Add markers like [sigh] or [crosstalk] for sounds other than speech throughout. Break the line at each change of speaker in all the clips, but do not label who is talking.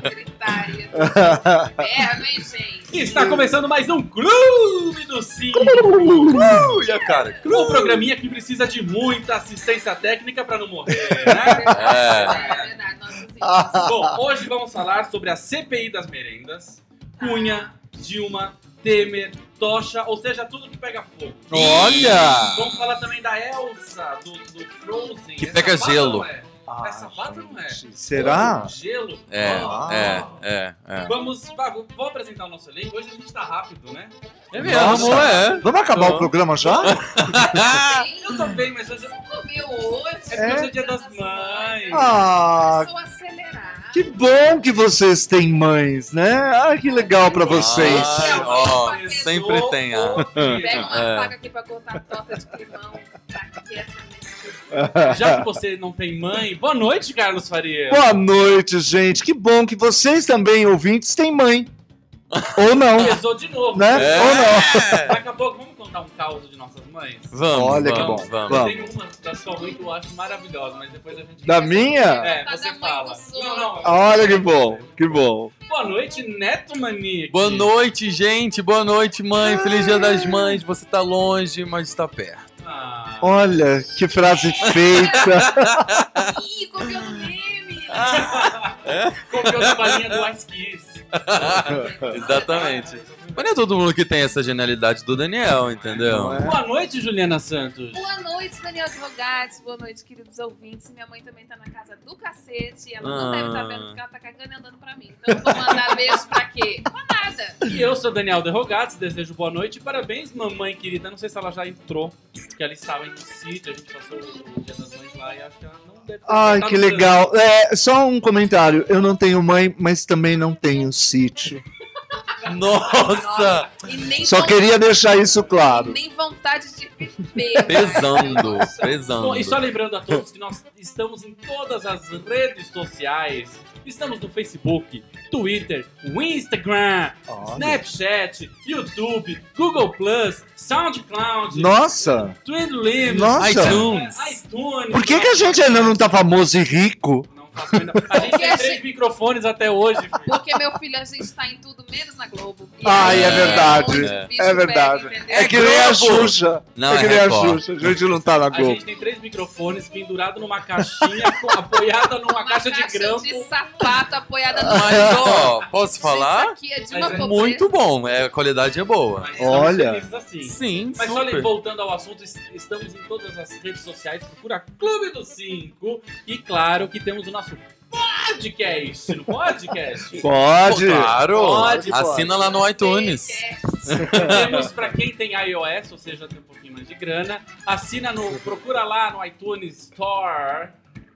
Secretária. Inferno, hein, gente?
Está começando mais um Clube do Cinco.
Uia, cara.
Um programinha que precisa de muita assistência técnica para não morrer, né?
[laughs]
É verdade, nossa, assim,
Bom, hoje vamos falar sobre a CPI das merendas, Cunha, Dilma, Temer, Tocha, ou seja, tudo que pega fogo.
Olha!
Vamos falar também da Elsa, do, do Frozen.
Que
Essa
pega
bata
gelo.
não é. Essa bata não é.
Será?
Gelo?
É,
Ah.
é, é, [laughs] é.
Vamos, vai, vou vou apresentar o nosso elenco. Hoje a gente tá rápido, né?
É
mesmo,
é.
Vamos acabar o programa já?
Eu também, mas hoje
Você não viu hoje?
é porque hoje é dia das mães.
Ah,
Começou a acelerar.
que bom que vocês têm mães, né? Ah, que legal pra vocês.
é
Ai, ó, sempre tem ah. a.
Pega uma
É.
faca aqui pra cortar torta de limão. Pra que essa necessidade?
Ah,
[laughs]
Já que você não tem mãe, boa noite, Carlos Faria.
Boa noite, gente. Que bom que vocês também, ouvintes, têm mãe. Ou não,
Pesou de novo.
né?
É.
Ou não.
Daqui a pouco vamos contar um caos de nossas mães.
Vamos,
Olha que
vamos,
bom.
Vamos.
Vamos.
Tem uma da sua mãe que eu acho maravilhosa, mas depois a gente.
Da minha?
É,
Mas a
você
mãe
fala.
do Sul.
Não, não.
Olha que bom, que bom.
Boa noite, Neto Mania.
Boa noite, gente. Boa noite, mãe. Feliz Dia das Mães. Você tá longe, mas tá perto.
Ah,
Olha, que frase feita.
Ih, comeu no meme.
É?
Comeu da balinha do Ice Kiss.
Exatamente. Mas não é todo mundo que tem essa genialidade do Daniel, entendeu?
Não é?
Boa noite, Juliana Santos.
Boa noite, Daniel Advogados. Boa noite, queridos ouvintes. Minha mãe também tá na casa do cacete. Ela não
Ah.
deve estar vendo porque ela tá cagando e andando pra mim. Então eu vou mandar beijo pra quê? Pra nada.
E eu sou Daniel Derrogados, desejo boa noite. Parabéns, mamãe querida. Não sei se ela já entrou, porque ela estava em um sítio, a gente passou o dia das mães lá e acho que ela não deve ter
Ai,
voltado
que
tanto.
legal. É, só um comentário. Eu não tenho mãe, mas também não tenho sítio.
Nossa!
E nem
Só
vão-
queria deixar isso claro.
Nem vontade de
[laughs]
viver.
Pesando, pesando.
Bom, e só lembrando a todos que nós estamos em todas as redes sociais. Estamos no Facebook, Twitter, o Instagram, Snapchat, YouTube, Google Plus, SoundCloud,
Nossa!
Twinlim,
Nossa.
iTunes.
iTunes.
Por que, que a gente ainda não tá famoso e rico?
Não faço ainda. A gente tem três microfones até hoje. filho.
Porque, meu filho, a gente tá em tudo menos na Globo. E
Ai,
aí,
é verdade.
onde o
É.
bicho
É verdade.
pega, entendeu?
É que nem a
Globo.
Xuxa.
Não,
é que
é
nem a
Record.
Xuxa. A gente não tá na
A
Globo.
gente tem três microfones pendurados numa caixinha, co- apoiada numa
Uma
caixa, de grampo.
de sapato apoiada no
Mas, ó, posso falar?
Isso aqui é de uma
Mas é
pobreza.
Muito bom. É, a qualidade é boa.
Mas estamos
Olha.
felizes Assim.
Sim,
Mas olha,
super.
voltando ao assunto, es- estamos em todas as redes sociais, procura Clube do 5. E claro que temos o nosso podcast, no
[laughs]
podcast.
Pode.
Pô, tá. Claro.
Pode, pode.
Assina lá no iTunes.
É,
temos pra quem tem iOS, ou seja, tem um pouquinho mais de grana, assina no, procura lá no iTunes Store.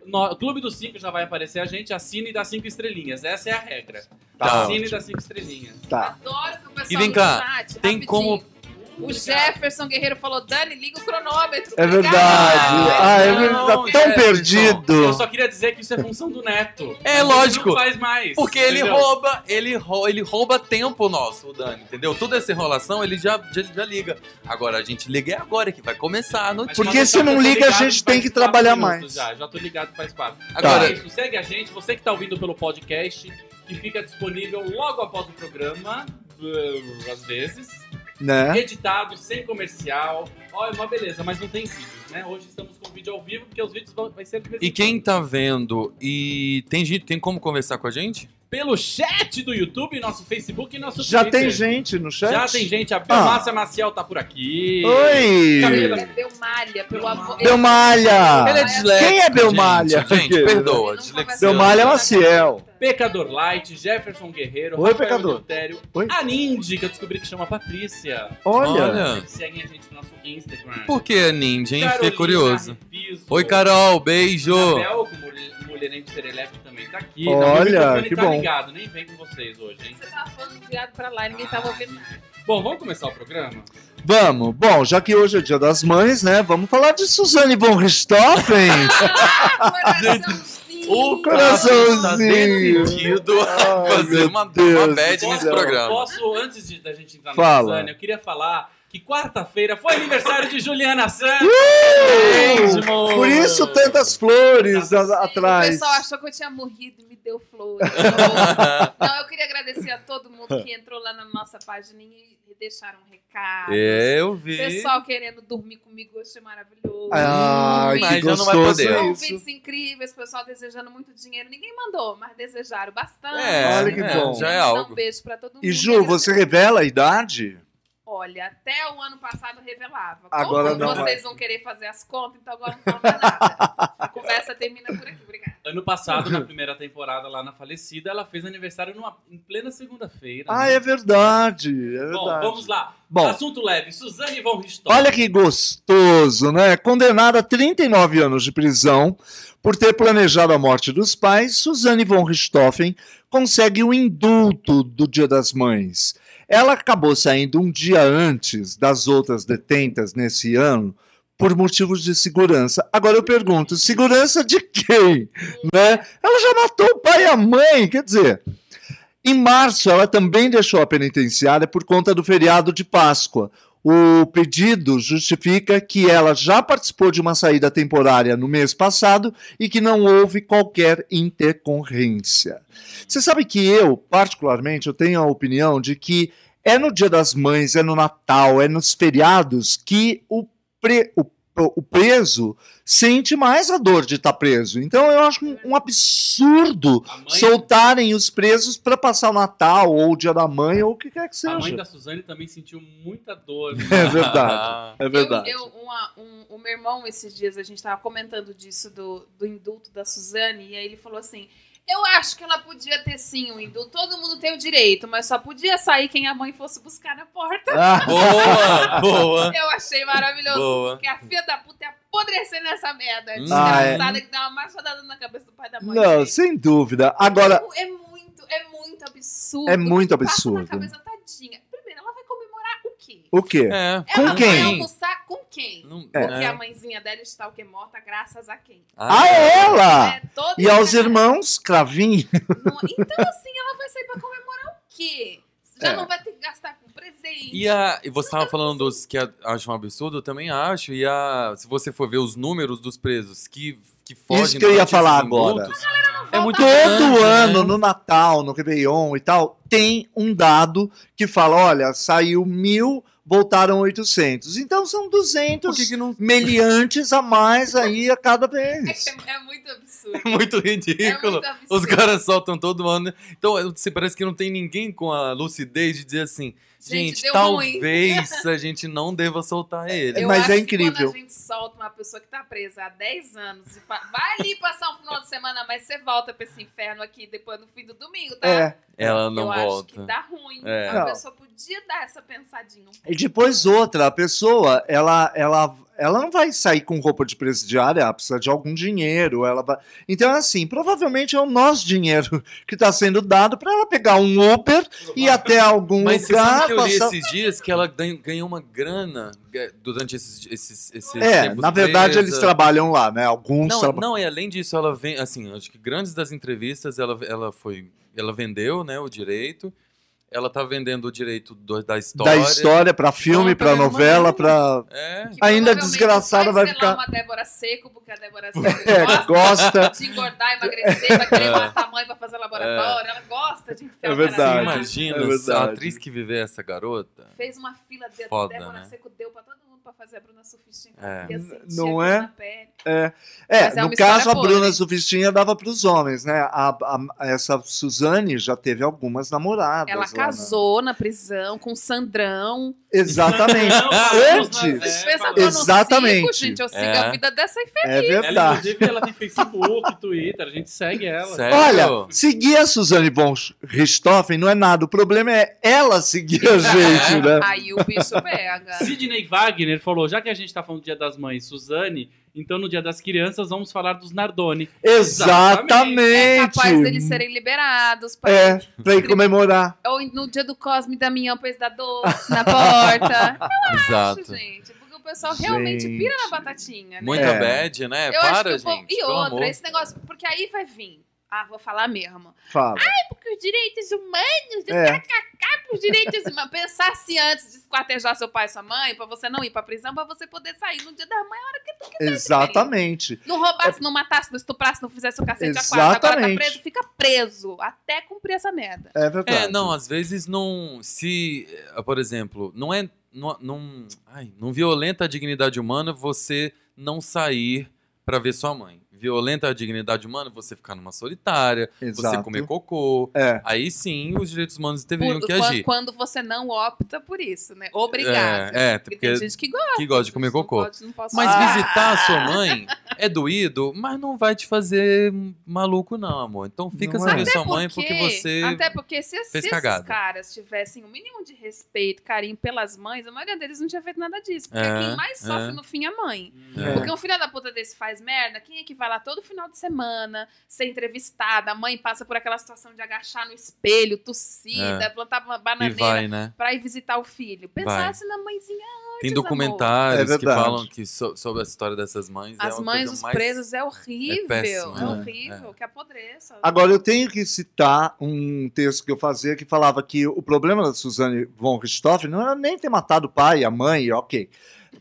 No, Clube do 5 já vai aparecer a gente, assina e dá 5 estrelinhas. Essa é a regra.
Tá
assina e dá 5 estrelinhas.
Tá.
Adoro que o pessoal
E vem
no
cá,
chat,
tem
rapidinho.
como-
O Jefferson Guerreiro falou, Dani, liga o cronômetro.
É
Obrigada.
verdade.
Obrigado.
Ah, é
Não,
verdade. Tá tão
Jefferson.
Eu
perdido.
só queria dizer que isso é função do Neto.
[laughs] É,
Ele
lógico.
Não faz mais.
Porque ele
é. entendeu?
rouba, ele rouba, ele rouba tempo nosso, o Dani, entendeu? Toda essa enrolação ele já, já, já liga. Agora a gente liga é agora que vai começar a notícia.
Porque
Mas
se
eu
não
tô
liga,
ligado
a
faz
gente tem que
quatro
trabalhar
minutos
mais.
Já, já tô ligado faz quatro. Agora
Agora,
é isso, segue a gente, você que tá ouvindo pelo podcast, que fica disponível logo após o programa, eh, às vezes,
Né?
editado, sem comercial. Olha, uma beleza, mas não tem vídeo, né? Hoje estamos com vídeo ao vivo, porque os vídeos vão vai ser de vez em
e quem
quando.
tá vendo e tem gente, tem como conversar com a gente?
Pelo chat do YouTube, nosso Facebook e nosso
Já
Twitter.
tem gente no chat?
Já tem gente, a
Ah.
Márcia Maciel tá por aqui.
Oi!
Camila.
Ele Deu malha, pelo amor...
Belmalha!
Ela é
Ah, Quem
disléxica,
é Belmalha?
Gente, gente, perdoa,
Ele não conversa
dislexia.
com
Belmalha é
ninguém.
Maciel.
Pecador Light, Jefferson Guerreiro,
Oi,
Rafael
Pecador.
Eleutério,
Oi.
a Nindy, que eu descobri que chama Patrícia.
Olha.
Olha.
Seguem a gente no nosso Instagram.
Por que, Ninja, hein?
Carolina
Fiquei curioso.
Ripiso,
Oi, Carol, beijo.
Isabel, com mulher, mulher em Felipe Serelepe também tá aqui.
Olha,
ele
que
tá
bom.
ligado, nem vem com vocês hoje, hein?
Você tava falando virado pra lá e ninguém tava ouvindo [laughs] nada.
Bom, vamos começar o programa?
Vamos, bom, já que hoje é dia das mães, né? Vamos falar de Suzane von Richthofen.
Ah, coraçãozinho!
O
Coraçãozinho.
Tá decidido a [laughs]
Ai,
fazer
meu
uma, uma
Deus
bad
do
nesse
céu.
programa.
Posso, antes de, da gente entrar na
Fala.
Suzane, eu queria falar que quarta-feira foi aniversário de Juliana Santos.
Uh! Por isso tantas flores a-
O
atrás.
pessoal achou que eu tinha morrido e me deu
[laughs]
flores. Não, eu queria agradecer a todo mundo que entrou lá na nossa página e e deixaram um recado.
É, eu vi.
Pessoal querendo dormir comigo, eu achei maravilhoso.
Ai,
Mas
Ah, que
já não vai
gostoso
poder.
é isso.
Convites incríveis, pessoal desejando muito dinheiro. Ninguém mandou, mas desejaram bastante.
É,
Olha que
é,
bom.
já é
Então,
algo.
Um beijo pra todo mundo.
E Ju, você revela a idade?
Olha, até o ano passado eu revelava.
Agora
Como
não
vocês vão querer fazer as contas, então agora não conta nada. A conversa termina por aqui, obrigada.
Ano passado,
[laughs]
na primeira temporada lá na Falecida, ela fez aniversário numa, em plena segunda-feira.
Ah,
né?
é verdade, é
Bom,
verdade.
vamos lá.
Bom.
Assunto leve. Suzane von Richthofen.
Olha que gostoso, né? Condenada a 39 anos de prisão por ter planejado a morte dos pais, Suzane von Richthofen consegue o indulto do Dia das Mães. Ela acabou saindo um dia antes das outras detentas nesse ano por motivos de segurança. Agora eu pergunto, segurança de quem? Né? Ela já matou o pai e a mãe, quer dizer. Em março, ela também deixou a penitenciária por conta do feriado de Páscoa. O pedido justifica que ela já participou de uma saída temporária no mês passado e que não houve qualquer intercorrência. Você sabe que eu, particularmente, eu tenho a opinião de que é no Dia das Mães, é no Natal, é nos feriados que o, pre- o- o preso sente mais a dor de estar preso. Então eu acho um- um absurdo
A mãe,
soltarem os presos para passar o Natal ou o Dia da Mãe ou o que quer que
a mãe
seja.
da Suzane também sentiu muita dor.
É verdade. É verdade.
Eu, eu- uma- um- o meu irmão, esses dias, a gente tava comentando disso, do, do indulto da Suzane, e aí ele falou assim: Eu acho que ela podia ter sim um indulto, todo mundo tem o direito, mas só podia sair quem a mãe fosse buscar na porta.
Ah,
[laughs] Boa, boa,
Eu achei maravilhoso.
boa.
Porque a filha da puta ia apodrecer nessa merda.
Hum.
Desgraçada que dá uma machadada na cabeça do pai e da mãe.
Ah, é. não,
gente.
sem dúvida. Agora,
É muito, é muito absurdo.
É muito
o que passa
absurdo.
Na cabeça, tadinha. Primeiro, ela vai comemorar o quê?
o quê?
É.
Com
ela
quem?
vai almoçar com quem?
Não-
É.
Porque
é.
a mãezinha dela está o que morta, graças a quem?
Ah,
A Ah, ela!
Ah, É, toda
E aos
enganada.
irmãos, Cravinho.
Não- [laughs] Então, assim, ela vai sair pra comemorar o quê? Já
É.
não vai ter que gastar com presente.
E, a, e você estava falando dos que a- acham um absurdo, eu também acho. E a, se você for ver os números dos presos que, que fogem...
Isso que eu ia
durante
falar
esses
agora.
indultos,
Volta
É muito
Todo
grande,
ano,
né?
no Natal, no Réveillon e tal, tem um dado que fala: olha, saiu mil, voltaram 800. Então são 200
Por que, que não...
meliantes a mais aí a cada vez.
[laughs] É, é muito absurdo.
É muito
É
ridículo.
muito absurdo.
Os caras soltam todo ano. Então, eu- se parece que não tem ninguém com a lucidez de dizer assim:
Gente,
gente,
deu
talvez
[laughs]
a gente não deva soltar ele.
Eu- Mas é
Que
incrível.
quando a gente solta uma pessoa que tá presa há 10 anos e fa- vai ali passar um final de semana, mas você volta pra esse inferno aqui depois no fim do domingo, tá?
É.
Ela
Eu
não
acho que
volta.
dá ruim.
É.
A
Não.
pessoa podia dar essa pensadinha.
E depois outra, a pessoa, ela, ela, ela não vai sair com roupa de presidiária, ela precisa de algum dinheiro, ela vai... Então, assim, provavelmente é o nosso dinheiro [laughs] que está sendo dado para ela pegar um Uber e ir até algum
Mas você sabe
lugar,
que eu li
passar...
esses dias que ela gan- ganhou uma grana ga- durante esses, esses, esses
É,
tempos
na verdade
presa.
eles trabalham lá, né? Alguns
Não,
trabalham...
não, e além disso, ela vem, assim, acho que grandes das entrevistas, ela, ela foi, ela vendeu, né, o direito, ela tá vendendo o direito do- da história.
Da história para filme,
Não, tá
para
é
vendo?
novela, para...
É,
Que
Ainda
provavelmente
desgraçada vai
ser lá
ficar-
uma Débora Seco, porque a
[laughs]
Débora Seco
É,
gosta
gosta...
de engordar, emagrecer, vai querer
É.
matar a mãe pra fazer laboratório. Ela gosta de enfiar
É
o cara
Você
verdade.
na cara.
imagina
É
se a
verdade.
atriz que viver essa garota?
Fez uma fila de
Foda,
Débora
né?
Seco deu pra todo mundo pra fazer a Bruna Sufistinha.
É.
Ia sentir
Não
aquilo
é?
na pele.
É,
Mas é
no
uma
caso,
história
a
boa,
Bruna
né?
Sufistinha dava para os homens, né? A, a- essa Suzane já teve algumas namoradas.
Ela
lá, né?
casou na prisão com o Sandrão.
Exatamente.
Não, vamos lá,
Antes,
Zé,
Vocês pensam que
falou.
eu não
Exatamente.
sigo, gente? Eu sigo
É.
a vida dessa infeliz.
É
Ela,
verdade.
inclusive, ela tem Facebook, Twitter, a gente segue ela.
Sério?
Olha, seguir a Suzane von Richthofen não é nada. O problema é ela seguir a gente, né? [laughs]
Aí o bicho pega.
Sidney Wagner falou, já que a gente tá falando do Dia das Mães, Suzane, então no Dia das Crianças vamos falar dos Nardoni.
É
Exatamente.
capaz deles serem liberados. pra-
É, pra ir comemorar.
Ou no dia do Cosme da Minha, pois da doce na
[laughs]
porta.
Exato.
Acho, gente. Porque o pessoal realmente
Gente.
pira na batatinha, né?
Muita
É.
bad, né?
Eu
Para,
acho que o povo-
gente.
E
pelo amor.
outra, esse negócio. Porque aí vai vir. Ah, vou falar mesmo.
Fala.
Porque os direitos humanos, do
É.
kkk, os direitos humanos. [laughs] Pensasse antes de esquartejar seu pai e sua mãe, pra você não ir pra prisão, pra você poder sair no dia da mãe.
Exatamente.
Não roubasse, não matasse, não estuprasse, não fizesse o cacete a quatro. Agora tá
É. Exatamente.
preso, fica preso. Até cumprir essa merda.
É verdade.
É, não, às vezes não. Se, eh, por exemplo, não é. Não, não, ai, não violenta a dignidade humana você não sair pra ver sua mãe. Violenta a dignidade humana você ficar numa solitária,
Exato.
você comer cocô.
É.
Aí sim os direitos humanos teriam
Por-
que
quan-
agir.
quando você não opta por isso, né? Obrigada.
É, é,
porque tem
porque
gente que assim, "Ah, gosta.
que gosta de comer
não
cocô.
pode- não posso
Mas
falar.
visitar a sua mãe é doído, mas não vai te fazer maluco, não, amor. Então fica
Não
sem
é.
ver sua mãe porque você. é,
Até porque se, se
fez
esses
cagada.
caras tivessem o mínimo de respeito, carinho pelas mães, a maioria deles não tinha feito nada disso. Porque
É,
quem mais sofre
é.
no fim é a mãe.
É.
Porque um filho da puta desse faz merda, quem é que vai lá todo final de semana ser entrevistada? A mãe passa por aquela situação de agachar no espelho, tossida, plantar uma
É. E
bananeira
vai, né?
pra ir visitar o filho. Pensasse na mãezinha
Tem
antes,
documentários
amor. É
que
verdade.
falam que so- sobre a história dessas mães. é
As
uma
mães
coisa
dos
mais-
presos é horrível. É,
péssimo, É.
né?
horrível. Que apodreça.
Agora, eu tenho que citar um texto que eu fazia que falava que o problema da Suzane von Richthofen não era nem ter matado o pai e a mãe, ok.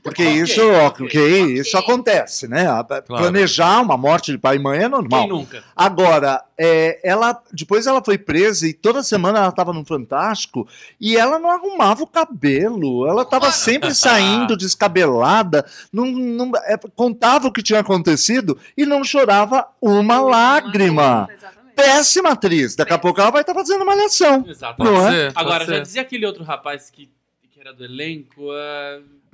Porque
Ok,
isso, ok,
ok,
isso
ok.
acontece, né? A- Planejar uma morte de pai e mãe é normal.
Quem nunca?
Agora, é, ela depois ela foi presa e toda semana ela estava no Fantástico e ela não arrumava o cabelo. Ela estava
[laughs]
sempre saindo descabelada, não, não- é, contava o que tinha acontecido e não chorava uma lágrima.
Exatamente.
Péssima atriz. Daqui a pouco ela vai estar fazendo malhação.
Exatamente.
Pode
Não é?
ser, pode
Agora, já
ser.
dizia aquele outro rapaz que, que era do elenco.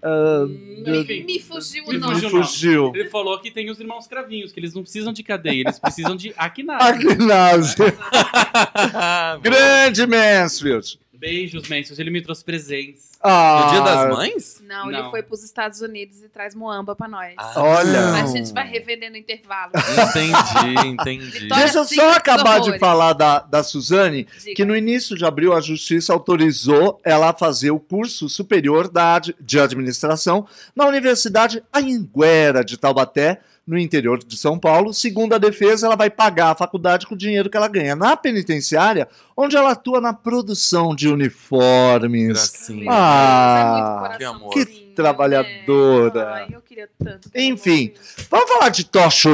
ah,
Me, me fugiu o
Me
nome.
E
fugiu o
fugiu.
Ele falou que tem os irmãos cravinhos, que eles não precisam de cadeia,
[laughs]
eles precisam de
[laughs]
aquinagem.
Agrinazzi.
tá.
Grande-
Grande Mansfield.
Beijos, Mensos, ele me trouxe presentes.
Ah,
No Dia das Mães?
Não, ele
Não.
foi pros Estados Unidos e traz Moamba pra nós.
Ah, Olha.
A gente vai revender no intervalo.
Entendi, entendi.
Olha,
Deixa eu
cinco
só acabar de
horrores.
falar da, da Suzane.
[laughs] Diga.
que no início de abril a justiça autorizou ela a fazer o curso superior da, ad- de administração na Universidade Anhanguera de Taubaté, no interior de São Paulo. Segundo a defesa, ela vai pagar a faculdade com o dinheiro que ela ganha na penitenciária, onde ela atua na produção de uniformes.
Gracinha.
Ah,
Mas é muito
que
é coraçãozinho, né?
trabalhadora.
Ai, eu queria tanto. ter
Enfim.
falado isso.
Vamos falar de tocha
Ah,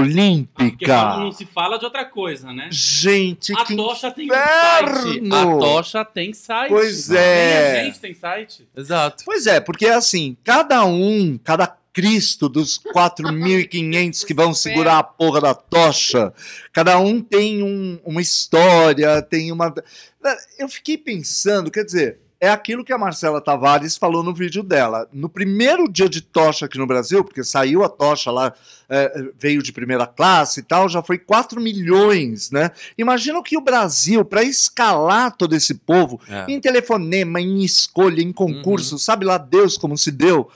Porque quando não
olímpica?
se fala de outra coisa, né?
Gente,
A
que
tocha tem site.
inferno!
A tocha tem site.
Pois
Nem
é.
a gente tem site.
Exato.
Pois é, porque assim, cada um, cada Cristo dos 4.500 que vão segurar a porra da tocha, cada um tem um- uma história, tem uma. né, Eu fiquei pensando, quer dizer, é aquilo que a Marcela Tavares falou no vídeo dela. No primeiro dia de tocha aqui no Brasil, porque saiu a tocha lá, eh, veio de primeira classe e tal, já foi 4 milhões, né? Imagina o que o Brasil, para escalar todo esse povo,
É.
em telefonema, em escolha, em concurso,
Uhum.
sabe lá Deus como se deu.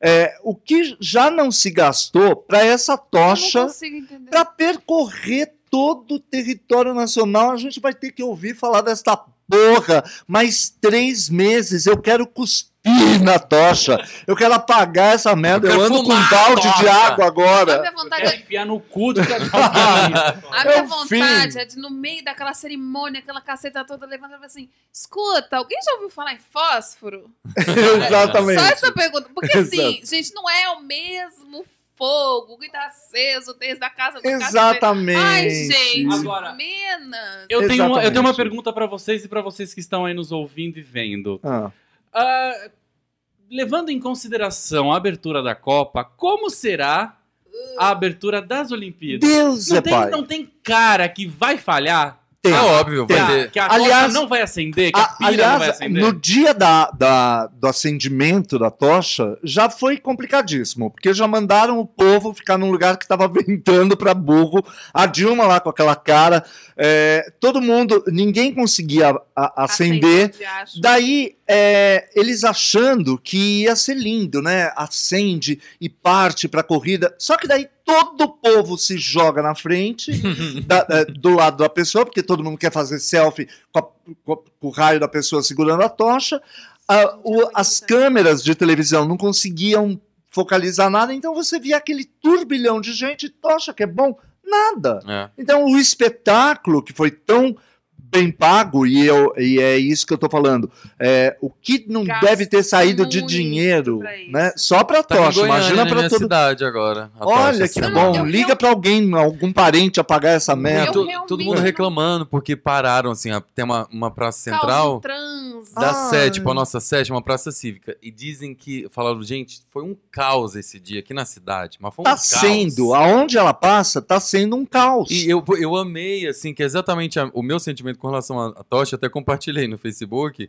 É, o que já não se gastou para essa
Eu não
tocha,
consigo entender.
para percorrer todo o território nacional, a gente vai ter que ouvir falar desta porra mais três meses. Eu quero cuspir na tocha, eu quero apagar essa merda.
Eu
Eu,
quero
ando com
fumar
um
a
balde de
tocha.
[laughs]
água
A
agora. [laughs]
minha
Eu
vontade é
quero enfiar no cu de cada um
A minha
É o
vontade
fim.
é de, no meio daquela cerimônia, aquela caceta toda, levantar e falar assim: escuta, alguém já ouviu falar em fósforo? Só
Exatamente.
essa pergunta. Porque assim, gente, não é o mesmo fogo que tá aceso desde a casa do casamento.
Exatamente.
Ai, gente,
Agora-
menas.
eu, tenho uma, eu tenho uma
Exatamente.
pergunta pra vocês e pra vocês que estão aí nos ouvindo e vendo.
Ah,
Ah, levando em consideração a abertura da Copa, como será a abertura das Olimpíadas?
Deus é
Não tem,
pai.
não tem cara que vai falhar,
Tem.
É óbvio,
que
vai
a,
ter.
que a
Aliás-
tocha não vai acender, que a,
A-
pira não vai
aliás,
acender.
no dia da, da- do acendimento da tocha, já foi complicadíssimo, porque já mandaram o povo ficar num lugar que estava [laughs] ventando para burro, a Dilma lá com aquela cara, é, todo mundo, ninguém conseguia a- acender.
Acende, acho.
Daí é, eles achando que ia ser lindo, né? Acende e parte para a corrida. Só que daí todo o povo se joga na frente da- é, do lado da pessoa, porque todo mundo quer fazer selfie com, a- com a- com o raio da pessoa segurando a tocha. A- o- as câmeras de televisão não conseguiam focalizar nada, então você via aquele turbilhão de gente, tocha que é bom, nada.
É.
Então, o espetáculo que foi tão bem pago, e, eu, e é isso que eu tô falando, é, o que não
Gasto
deve ter saído de
muito
dinheiro,
pra isso.
né? Só pra
Tá
tocha,
em Goiânia,
imagina
na
pra
minha
todo
cidade agora. a
Olha
tocha assim.
que
essa
bom,
Eu-
semana.
liga pra alguém, algum parente apagar essa
E
merda.
to-
realmente
todo mundo
não-
reclamando porque pararam, assim, a- tem uma, uma praça
Causa
central
um trans.
da
Ai.
sede para nossa sede, uma praça cívica. E dizem que, falaram, gente, foi um caos esse dia aqui na cidade, mas foi um
Tá
caos.
sendo, aonde ela passa, tá sendo um caos.
E eu, eu amei, assim, que é exatamente a- o meu sentimento com relação à à tocha, até compartilhei no Facebook.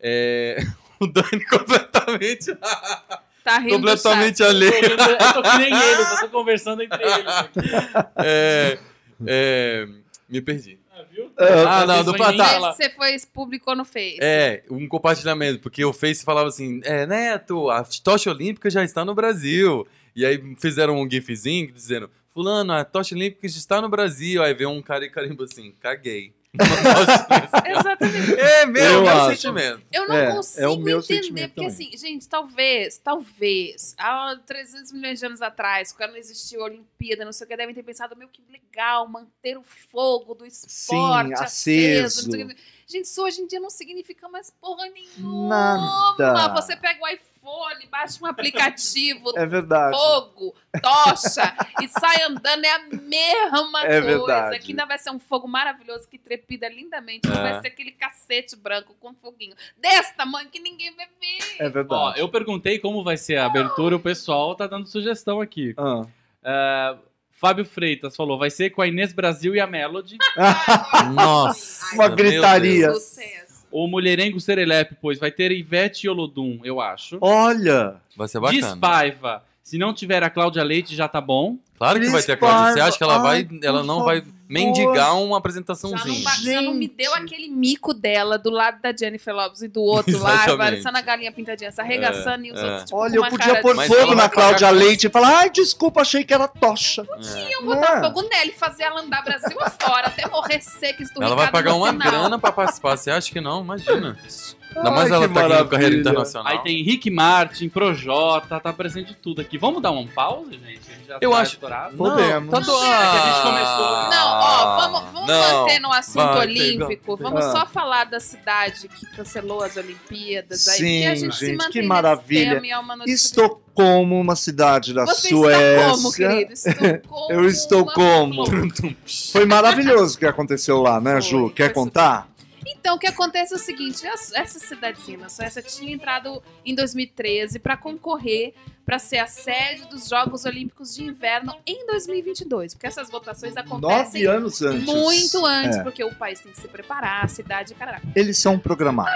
É, [laughs] o Dani completamente, [laughs]
Tá rindo do
completamente
chat.
alheio.
Eu tô, eu tô que nem eles, eu tô conversando entre eles. aqui.
É, é, me perdi.
Ah, viu?
Ah, não, do
Pessoa em
É
Tá.
mim,
Esse que você foi, publicou no Face.
É, um compartilhamento, porque o Face falava assim: é, Neto, a tocha olímpica já está no Brasil. E aí fizeram um gifzinho dizendo: Fulano, a tocha olímpica já está no Brasil. Aí veio um cara e carimbo assim: caguei.
Exatamente.
é meu,
Eu
meu
acho.
sentimento.
Eu não
É,
consigo
é o meu
entender,
sentimento
porque
também.
assim, gente, talvez, talvez, há 300 milhões de anos atrás, quando não existiu a Olimpíada, não sei o que, devem ter pensado, meu, que legal, manter o fogo do esporte aceso. não sei o que. Gente, isso hoje em dia não significa mais porra nenhuma.
Nada.
Você pega o iPhone, baixa um aplicativo,
É verdade.
fogo, tocha e sai andando, é a mesma coisa.
É verdade.
Que ainda vai ser um fogo maravilhoso que trepida lindamente. Não
É.
vai ser aquele cacete branco com foguinho desse tamanho que ninguém vai ver.
É
Ó,
verdade.
eu perguntei como vai ser a abertura, o pessoal tá dando sugestão aqui.
Ah.
Ah, Fábio Freitas falou, vai ser com a Inês Brasil e a Melody.
Nossa.
Uma
meu
gritaria.
Deus.
Sucesso.
O Mulherengo Serelepe, pois, vai ter Ivete e Olodum, eu acho.
Olha,
Tipo,
Vai ser
Diz
é bacana.
Paiva, se não tiver a Cláudia Leite, já tá bom.
Claro que vai ter a Cláudia. Você acha que ela, vai, ela não vai mendigar uma
Já não,
apresentaçãozinha? É.
ba- já não me
Gente.
deu aquele mico dela do lado da Jennifer Lopes e do outro lado,
Exatamente.
parecendo a galinha pintadinha, se arregaçando e os
é.
outros. Tipo,
olha,
com
eu
uma cara
podia
de-
pôr
Mas
fogo
ela
na
vai
Cláudia
pagar com
Leite e falar, ai, desculpa, achei que era tocha.
É.
Iam botar
É.
fogo nela e fazer ela andar Brasil afora, até morrer seca, esturricada
Ela vai pagar
no
uma
final.
grana pra participar. Você acha que não? Imagina. Ainda
Ai,
mais ela
que
tá aqui no carreira
maravilha.
internacional.
Aí tem Rick Martin, Projota, tá presente tudo aqui. Vamos dar uma pausa, gente? A gente já
Eu
tá
acho-
estourado.
Não,
Podemos.
Tá do...
É
Ah.
que a gente começou.
Não, ó, vamos, vamos
Não.
manter no assunto
vai,
olímpico.
pegou,
Vamos
pegou.
só falar da cidade que cancelou as Olimpíadas. aí,
Sim,
porque a gente, se
gente,
mantém
que
nesse
maravilha.
tema e é uma notícia-
Estocolmo, uma cidade da
Você
Suécia.
está como, querido?
[laughs]
Estocolmo.
Eu estou
uma
como?
flor.
Foi maravilhoso o que aconteceu lá, né,
Foi,
Ju? Quer
foi
contar?
Então, o que acontece é o seguinte: as- essa cidadezinha na Suécia tinha entrado em 2013 para concorrer para ser a sede dos Jogos Olímpicos de Inverno em 2022. Porque essas votações acontecem
Nove anos antes.
muito antes,
É,
porque o país tem que se preparar, a cidade, caralho. É
eles são programados.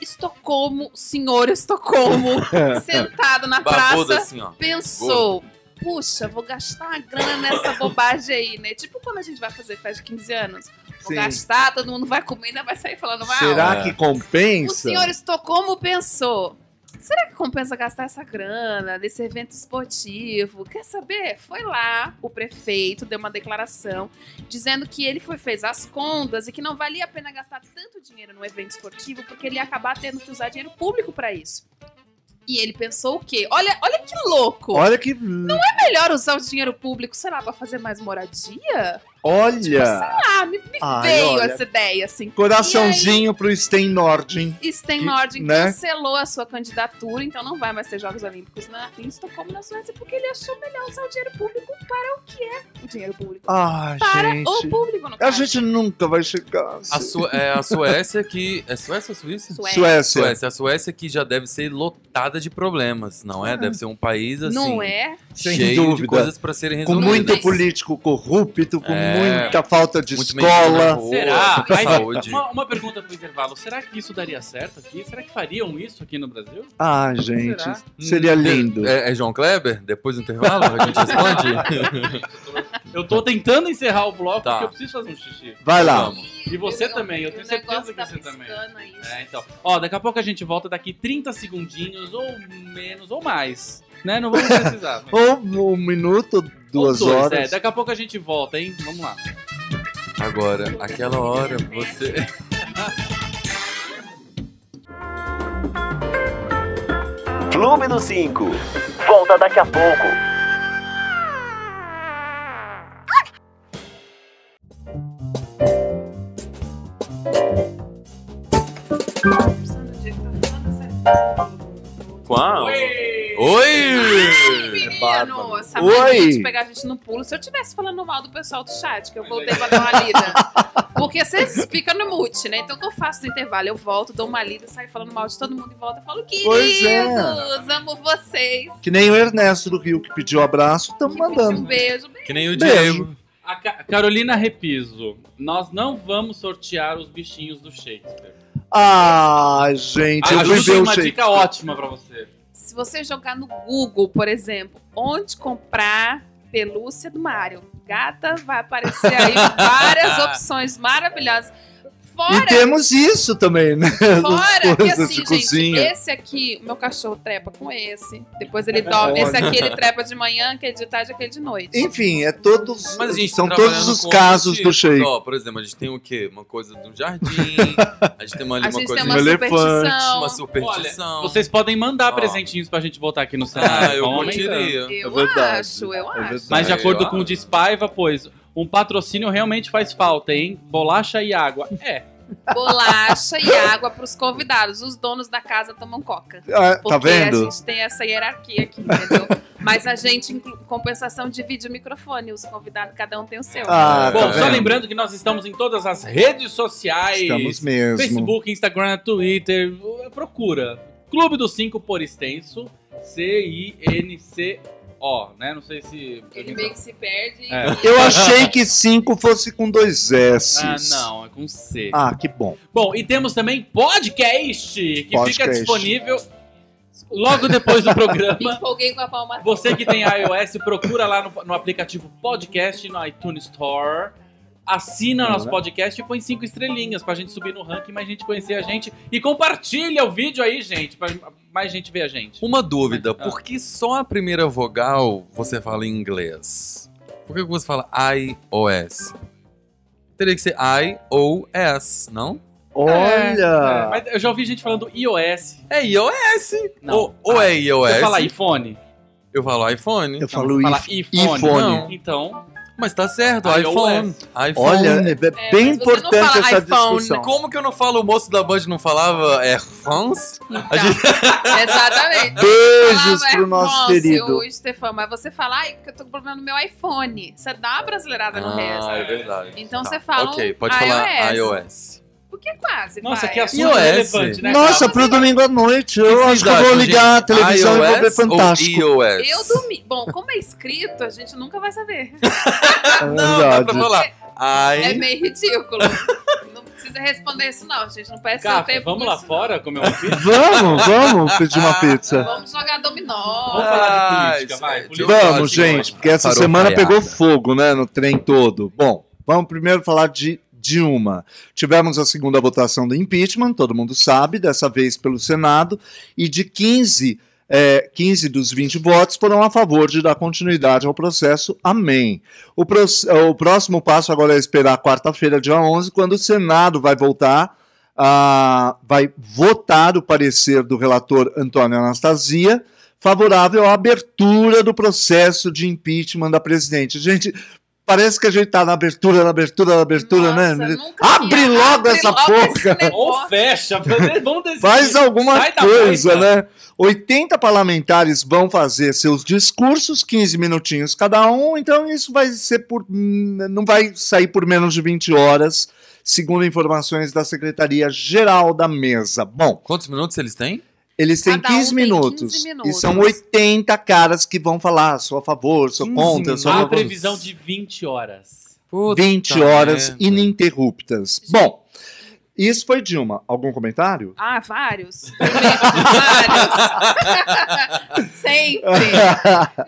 Estocolmo, senhor Estocolmo,
[laughs]
sentado na
Babuda
praça,
assim, ó.
pensou. Puxa, vou gastar uma grana
[laughs]
nessa bobagem aí, né? Tipo quando a gente vai fazer festa de 15 anos. Vou
Sim.
gastar, todo mundo vai comer, ainda vai sair falando mal.
Será
É.
que
O
compensa?
senhor é um Estocolmo pensou. Será que compensa gastar essa grana nesse evento esportivo? Quer saber? Foi lá, o prefeito deu uma declaração dizendo que ele foi, fez as contas e que não valia a pena gastar tanto dinheiro num evento esportivo porque ele ia acabar tendo que usar dinheiro público para isso. E ele pensou o quê? Olha, olha que louco!
Olha que.
É melhor usar o dinheiro público, sei lá, pra fazer mais moradia?
Olha!
Ah, me, me
Ai,
veio
olha.
essa ideia, assim.
Coraçãozinho pro Sten Nordin.
Sten
Que,
Norden
né?
cancelou a sua candidatura, então não vai mais ter Jogos Olímpicos na, em Estocolmo, na Suécia, porque ele achou melhor usar o dinheiro público para o que é o dinheiro público.
Ai,
para o
Ah, gente.
público, no
A
caso.
gente nunca vai chegar.
A, Su- é a Suécia que. É Suécia ou Suíça?
Suécia.
Suécia.
Suécia. A Suécia que já deve ser lotada de problemas, não é? Deve ser um país assim.
Não é?
Sem
cheio de
dúvida.
coisas pra serem
Com
resolvidas.
muito
Mas-
político corrupto, com
É.
muita falta de
Muito mendigo na
escola.
rua,
Será?
muita
Aí,
saúde.
Uma, uma pergunta pro intervalo. Será que isso daria certo aqui? Será que fariam isso aqui no Brasil?
Ah, gente,
Será?
Hum,
seria lindo.
É, é João Kleber? Depois do intervalo, a gente responde?
Eu tô tentando encerrar o bloco
Tá.
porque eu preciso fazer um xixi.
Vai lá.
Vamos.
E você também, eu tenho certeza que você
tá
também. É, então. Ó, daqui a pouco a gente volta daqui 30 segundinhos, ou menos, ou mais. Né? Não vamos
[laughs]
precisar. mas-
Ou um minuto, duas
Ou dois, É,
horas.
daqui a pouco a gente volta, hein? Vamos lá.
[laughs] Agora, aquela hora, você.
Clube do 5. Volta daqui a pouco.
Tá
Qual?
Oi!
Oi!
Menino, sabe
Oi.
Oi. pegar a gente no pulo. Se eu tivesse falando mal do pessoal do chat, que eu voltei pra dar uma lida. Porque vocês ficam no mute, né? Então o que eu faço no intervalo? Eu volto, dou uma lida, saio falando mal de todo mundo e volto. Eu falo, queridos,
Pois é. Tá
amo vocês.
Que nem o Ernesto do Rio que pediu abraço, estamos
Um
mandando.
beijo. beijo.
Que nem o
Beijo.
Diego.
A Ca- Carolina Repiso, nós não vamos sortear os bichinhos do Shakespeare.
Ah, gente, eu
A Ju
fui
é
ver
tem
o
uma
Shakespeare.
dica ótima pra você.
Se você jogar no Google, por exemplo, onde comprar pelúcia do Mário, gata, vai aparecer aí
[laughs]
várias opções maravilhosas. Fora
E temos isso também, né? [laughs]
Fora que
coisas
assim,
de
gente,
cozinha. É
esse aqui, o meu cachorro trepa com esse. Depois ele dorme. Esse aqui ele trepa de manhã, aquele de tarde, aquele de noite.
Enfim, é todos.
Mas a gente
são
tá
todos
trabalhando
os
com
casos
outros
do
tipos.
Shakespeare.
Ó, por exemplo, a gente tem o quê? Uma coisa de um
[laughs]
jardim, a gente tem uma, ali
A
uma
gente
coisa
tem
de
uma
um elefante,
superstição.
uma superstição.
Vocês podem mandar
Ó.
presentinhos pra gente botar aqui no cenário.
Ah, eu
vamos aumentando.
curtiria.
Eu
É verdade.
acho, eu
É
acho.
verdade.
Mas de
Ah,
acordo
eu
com o
acho.
Despaiva, pois, um patrocínio realmente faz falta, hein? Bolacha e água. É.
Bolacha e água pros convidados. Os donos da casa tomam coca.
Ah, tá
Porque a
vendo?
gente tem essa hierarquia aqui, entendeu? Mas a gente, em compensação, divide o microfone. Os convidados, cada um tem o seu.
Ah,
Bom,
tá
só
vendo?
lembrando que nós estamos em todas as redes sociais.
Estamos mesmo.
Facebook, Instagram, Twitter. Procura. Clube dos Cinco por extenso. C-I-N-C-O, né? Não sei se.
Ele meio que se perde.
É.
e-
Eu achei que 5 fosse com dois S.
Ah, não, é com C.
Ah, que bom.
Bom, e temos também podcast, que fica
Podcast.
disponível logo depois
[laughs]
do
Me
programa.
empolguei com a palma.
Você que tem iOS, procura lá no, no aplicativo podcast no iTunes Store. Assina nosso podcast e põe cinco estrelinhas pra gente subir no ranking, mais gente conhecer a gente. E compartilha o vídeo aí, gente, pra mais gente ver a gente.
Uma dúvida,
Ah.
por que só a primeira vogal você fala em inglês? Por que você fala I ou S? Teria que ser I ou S, não?
É,
Olha!
mas eu já ouvi gente falando iOS.
É iOS!
Não.
Ou, ou é iOS?
Você fala iPhone?
Eu falo iPhone.
eu
Não,
falo
você Então, fala
isso.
iPhone.
iPhone.
Não. Então,
Mas tá certo,
iOS.
iPhone. iPhone.
Olha, é be-
mas você
bem
não
importante
fala
essa
iPhone.
discussão.
Como que eu não falo o moço da Band não falava é, Air France?
Tá. [laughs]
é
Exatamente.
Beijos
Falava,
pro
é,
nosso
nossa,
querido.
Eu, Stefan, mas você fala, ai, que eu tô com problema no meu iPhone. Você dá uma brasileirada no resto.
Ah, é verdade.
Então
Tá,
você fala
Ok,
um
pode falar iOS.
Porque é quase,
nossa,
vai.
que assunto
iOS.
relevante, né?
Nossa,
Carol?
pro domingo à noite.
O que
Eu
vocês
acho que eu vou
acham,
ligar a
gente?
televisão e vou ver
iOS ou
Fantástico.
iOS?
Eu dormi. Bom, como é escrito, a gente nunca vai saber.
É
Não, dá pra
verdade.
falar. I...
É meio ridículo. não precisa responder isso, não, gente. Não peça seu
Café,
tempo.
vamos
com
lá
isso,
fora comer uma pizza?
Vamos, vamos pedir uma
não.
pizza.
Vamos jogar dominó.
Vamos falar de política,
Ah,
vai.
isso é-
Política.
Vamos,
Ótimo,
gente,
ótimo.
porque essa
Parou
semana
falhada.
pegou fogo, né, no trem todo. Bom, vamos primeiro falar de Dilma. Tivemos a segunda votação do impeachment, todo mundo sabe, dessa vez pelo Senado, e de 15, eh, 15 dos 20 votos foram a favor de dar continuidade ao processo. Amém. O, proce- o próximo passo agora é esperar quarta-feira, dia 11, quando o Senado vai voltar. a- vai votar o parecer do relator Antônio Anastasia favorável à abertura do processo de impeachment da presidente. Gente, parece que a gente tá na abertura, na abertura, na abertura,
Nossa,
né?
nunca vi.
Abre logo essa
logo
porra.
esse negócio.
Ou fecha, [laughs] vamos decidir.
Faz alguma
Sai da
coisa,
moita.
né? 80 parlamentares vão fazer seus discursos, 15 minutinhos cada um, então isso vai ser por. hum, não vai sair por menos de 20 horas, segundo informações da Secretaria-Geral da Mesa. Bom,
Quantos minutos eles têm?
Eles têm
Cada um
15,
tem
minutos,
15
E
minutos.
são 80 caras que vão falar, sou a favor, sou
15
contra, sou
minutos.
A
a favor.
previsão de 20 horas.
Puta
20 horas
merda.
[laughs] ininterruptas. Bom, isso
[laughs]
foi Dilma. Algum comentário?
Ah, vários. vários.
[laughs]
Sempre.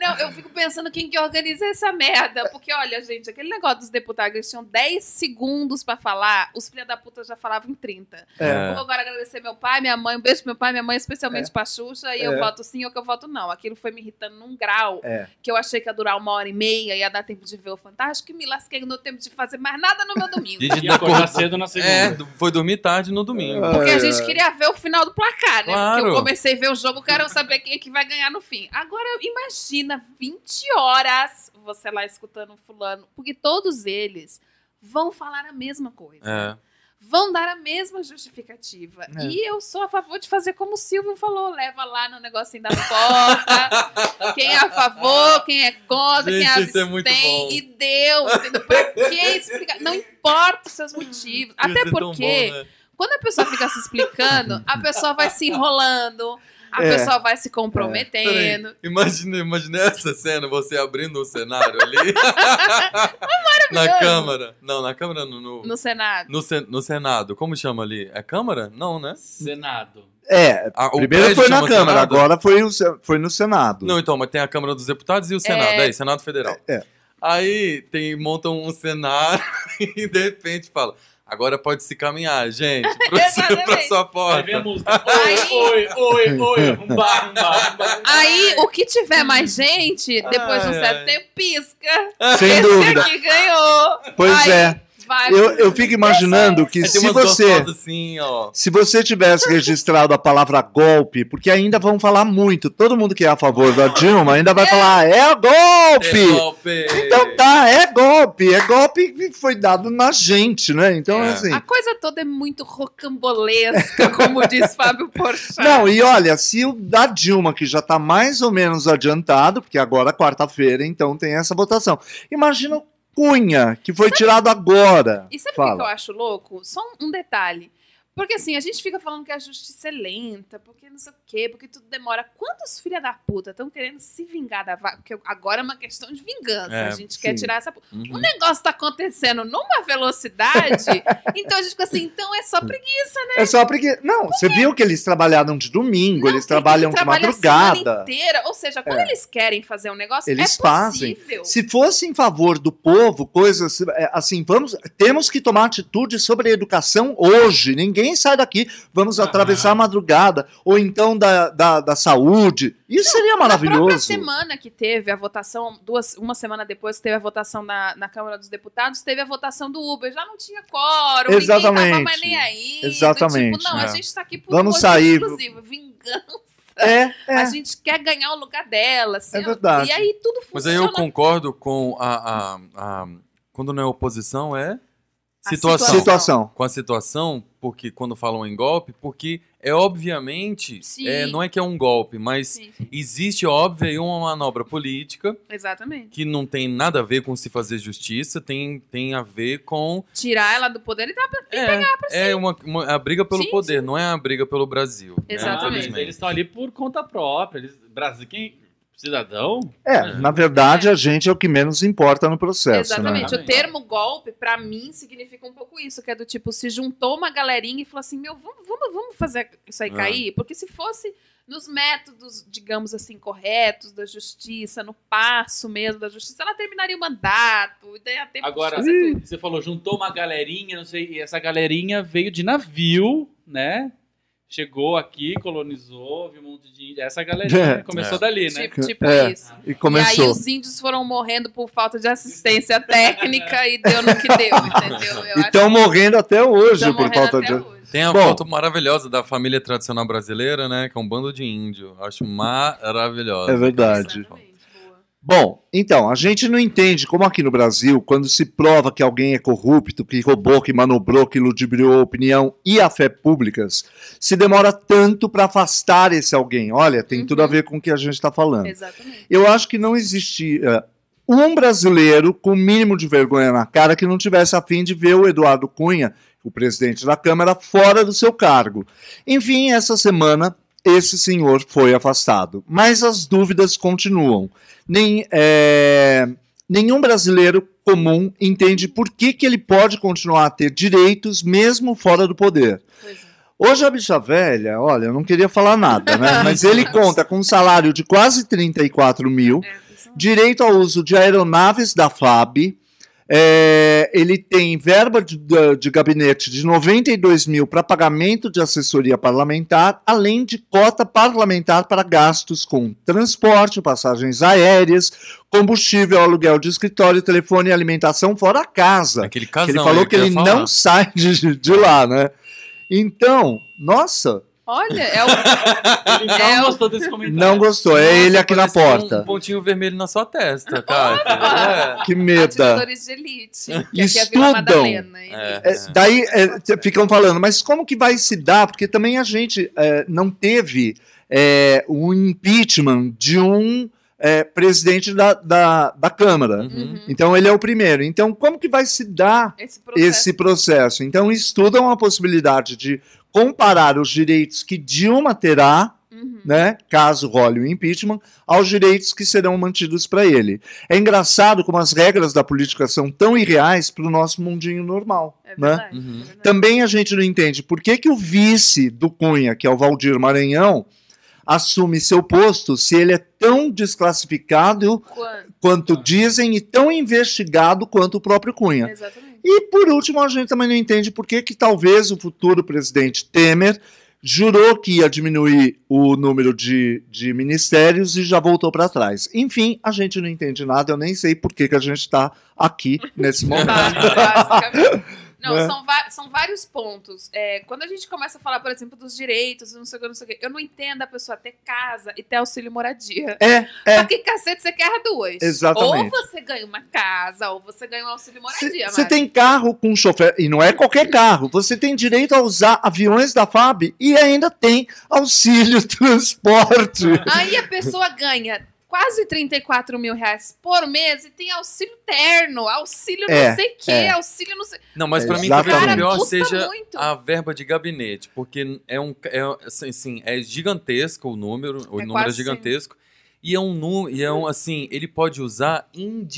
Não, eu fico pensando quem que organiza essa merda. Porque, olha, gente, aquele negócio dos deputados, eles tinham 10 segundos pra falar, os filha da puta já falavam em 30.
É.
Vou agora agradecer meu pai, minha mãe, um beijo pro meu pai, minha mãe, especialmente pra Xuxa, e eu
É.
voto sim ou que eu voto não. Aquilo foi me irritando num grau
É.
que eu achei que ia durar uma hora e meia, ia dar tempo de ver o Fantástico, e me lasquei, não deu tempo de fazer mais nada no meu domingo.
Didi
E
tá
acordar
acordando-
cedo na segunda.
É, do- foi dormir tarde no domingo.
Porque a
Ai,
gente
ai.
queria ver o final do placar,
É.
né?
Claro.
Porque eu comecei a ver o jogo, quero saber quem é que vai ganhar no fim. Agora, imagina 20 horas você lá escutando fulano, porque todos eles vão falar a mesma coisa.
É.
Vão dar a mesma justificativa.
É.
E eu sou a favor de fazer como o Silvio falou: leva lá no negocinho da
[laughs]
porta. quem é a favor, quem é contra, quem é
Gente,
abstém.
isso é muito bom.
E deu, entendeu? Pra que explicar? Não importa
[laughs]
os seus motivos. Até
Isso é tão
porque.
bom, né?
Quando a pessoa fica se explicando, a pessoa vai se enrolando, a
É.
pessoa vai se comprometendo.
Imagina, imagina essa cena, você abrindo o cenário
[laughs]
ali. na
É maravilhoso.
Câmara. Não, na Câmara não. No,
No Senado.
no, Sen- no Senado. Como chama ali? É Câmara? Não, né?
Senado.
É,
A- o
primeiro
prédio
foi na
chama
Câmara,
Senado?
agora foi, o Se- foi no Senado.
Não, então, mas tem a Câmara dos Deputados e o Senado.
É.
Aí, Senado Federal.
É.
Aí tem, montam um cenário [laughs] e de repente fala. Agora pode se caminhar,
[laughs]
gente, pro seu,
Exatamente.
pra sua
Tá
Aí vem a
porta.
música.
Aí-
Oi, oi, oi, oi. Um bar, um bar, um bar.
Aí, o que tiver mais gente, depois de um
Ai,
certo
ai.
tempo, pisca.
Sem
Esse
dúvida.
aqui ganhou.
Pois
Ai,
é.
Vai.
Eu, eu fico imaginando que
Aí tem
se
umas
você.
gostosas assim, ó.
Se você tivesse registrado a palavra golpe, porque ainda vão falar muito, todo mundo que é a favor da Dilma ainda vai falar, é golpe!
Golpe.
Então tá, é golpe, é golpe que foi dado na gente, né? Então,
É.
assim.
A coisa toda é muito rocambolesca, como diz Fábio Porchat.
Não, e olha, se o da Dilma, que já tá mais ou menos adiantado, porque agora é quarta-feira, então tem essa votação. Imagina o Cunha, que foi tirado agora.
E sabe o que
Fala.
que eu acho louco? Só um- um detalhe. Porque assim, a gente fica falando que a justiça é lenta, porque não sei o quê, porque tudo demora. Quantos filha da puta estão querendo se vingar da vaca? Porque agora é uma questão de vingança.
É,
a gente quer
sim.
tirar essa. pu- O
Uhum.
negócio tá acontecendo numa
[laughs]
velocidade, então a gente fica assim, então é só preguiça.
É só porque. Não, você viu que eles trabalharam de domingo, eles trabalham
Tem que
de
trabalhar a semana
madrugada. É.
inteira. Ou seja, quando eles querem fazer um negócio,
Eles
é
fazem.
possível.
Se fosse em favor do povo, coisas é, assim, vamos, temos que tomar atitude sobre a educação hoje. Ninguém sai daqui, vamos
Ah.
atravessar a madrugada, ou então da, da, da saúde. Isso seria
Na própria
maravilhoso.
semana que teve a votação, duas, uma semana depois que teve a votação na, na Câmara dos Deputados, teve a votação do Uber. Já não tinha quórum, ninguém tava
Exatamente.
mais nem aí. do
Exatamente,
Tipo, não, a
é.
gente tá aqui por
Vamos
motivo
sair,
exclusivo, vingança.
É,
A
é.
gente quer ganhar o lugar dela. assim,
É verdade.
E aí tudo
Mas
funciona.
aí eu concordo com a, a- a- Quando não é oposição, é.
A
Situação.
Situação.
Com a situação, porque quando falam em golpe, porque é obviamente.
Sim.
É, não é que é um golpe, mas
Sim, sim.
existe, é óbvio, aí uma manobra política
Exatamente.
que não tem nada a ver com se fazer justiça, tem, tem a ver com.
Tirar ela do poder e dar pra...
É, é uma, uma- a briga pelo
Sim,
poder, não é a briga pelo Brasil. né,
[laughs] Exatamente.
infelizmente.
Eles estão ali por conta própria. Eles, Brasil, quem? Cidadão?
É, na verdade, a gente é o que menos importa no processo. Né?
Exatamente. O
Exatamente.
termo golpe, pra mim, significa um pouco isso, que é do tipo, se juntou uma galerinha e falou assim, meu, vamos, vamos, vamos fazer isso aí
É.
cair? Porque se fosse nos métodos, digamos assim, corretos da justiça, no passo mesmo da justiça, ela terminaria o mandato, e daí ia tempo
Agora,
de fazer tudo.
você falou, juntou uma galerinha, não sei, e essa galerinha veio de navio, né? Chegou aqui, colonizou, viu um monte de índio. Essa galerinha
É.
começou
É.
dali, né?
Tipo, tipo
É.
isso.
E
E aí
começou.
os índios foram morrendo por falta de assistência técnica e deu no que
[laughs]
deu, entendeu? Eu
E estão morrendo até hoje
tão
por
morrendo
falta
até
de.
hoje.
Tem a
Bom.
foto maravilhosa da família tradicional brasileira, né? Que é um bando de índio. Acho maravilhosa.
É verdade.
Exatamente, boa.
Bom, então, a gente não entende como aqui no Brasil, quando se prova que alguém é corrupto, que roubou, que manobrou, que ludibriou a opinião e a fé públicas, se demora tanto para afastar esse alguém. Olha, tem tudo a
Uhum.
ver com o que a gente está falando.
Exatamente.
Eu acho que não existia um brasileiro com o mínimo de vergonha na cara que não tivesse a fim de ver o Eduardo Cunha, o presidente da Câmara, fora do seu cargo. Enfim, essa semana esse senhor foi afastado. Mas as dúvidas continuam. Nem, é, nenhum brasileiro comum entende por que, que ele pode continuar a ter direitos mesmo fora do poder.
Pois é.
Hoje a bicha velha, olha, eu não queria falar nada, né? Mas ele conta com um salário de quase 34 mil,
É, pessoal.
direito ao uso de aeronaves da FAB. é, ele tem verba de, da- de gabinete de 92 mil para pagamento de assessoria parlamentar, além de cota parlamentar para gastos com transporte, passagens aéreas, combustível, aluguel de escritório, telefone e alimentação fora a casa.
Aquele
Que
casão.
ele falou que
queria
ele
falar.
não sai de, de lá, né? Então, nossa,
Olha, é
[laughs]
o.
Ele
É,
não
eu-
gostou desse comentário.
não gostou. É
Nossa,
ele aqui na
parece que tem Um
porta.
pontinho vermelho na sua testa, cara.
Que meda.
Atiradores de elite. Que aqui é a Vila
Estudam.
Madalena.
É.
hein?
É.
É, daí é, t- ficam falando, mas como que vai se dar? Porque também a gente é, não teve é, um impeachment de um é, presidente da, da, da Câmara.
Uhum.
Então ele é o primeiro. Então, como que vai se dar
é Esse processo.
esse processo? Então, estudam a possibilidade de comparar os direitos que Dilma terá
Uhum.
né, caso role o impeachment, aos direitos que serão mantidos para ele. É engraçado como as regras da política são tão irreais para o nosso mundinho normal.
É
né?
verdade.
Uhum.
é verdade.
Também a gente não entende por que, que o vice do Cunha, que é o Valdir Maranhão, assume seu posto se ele é tão desclassificado
Quan-
quanto dizem e tão investigado quanto o próprio Cunha.
Exatamente.
E por último, a gente também não entende por que, que talvez o futuro presidente Temer jurou que ia diminuir o número de, de ministérios e já voltou para trás. Enfim, a gente não entende nada, eu nem sei por que, que a gente está aqui nesse momento.
Tá, basicamente. Não,
Né?
são, va- são vários pontos. É, quando a gente começa a falar, por exemplo, dos direitos, não sei o que, não sei o que, eu não entendo a pessoa ter casa e ter auxílio moradia.
É,
Pra que cacete você quer as duas?
Exatamente.
Ou você ganha uma casa, ou você ganha um auxílio moradia.
você
mas-
tem carro com chofer, e não é qualquer carro, você tem direito a usar aviões da FAB e ainda tem auxílio [laughs] transporte.
Aí a pessoa ganha quase 34 mil reais por mês e tem auxílio terno, auxílio
É,
não sei o quê,
é.
auxílio não sei.
Não, mas pra mim
Exatamente.
talvez o
Cara,
pior
custa
seja
muito.
a verba de gabinete, porque é um é, assim, assim, é gigantesco o número, o
É
número é
quase-
gigantesco. E é um nu- e é um assim, ele pode usar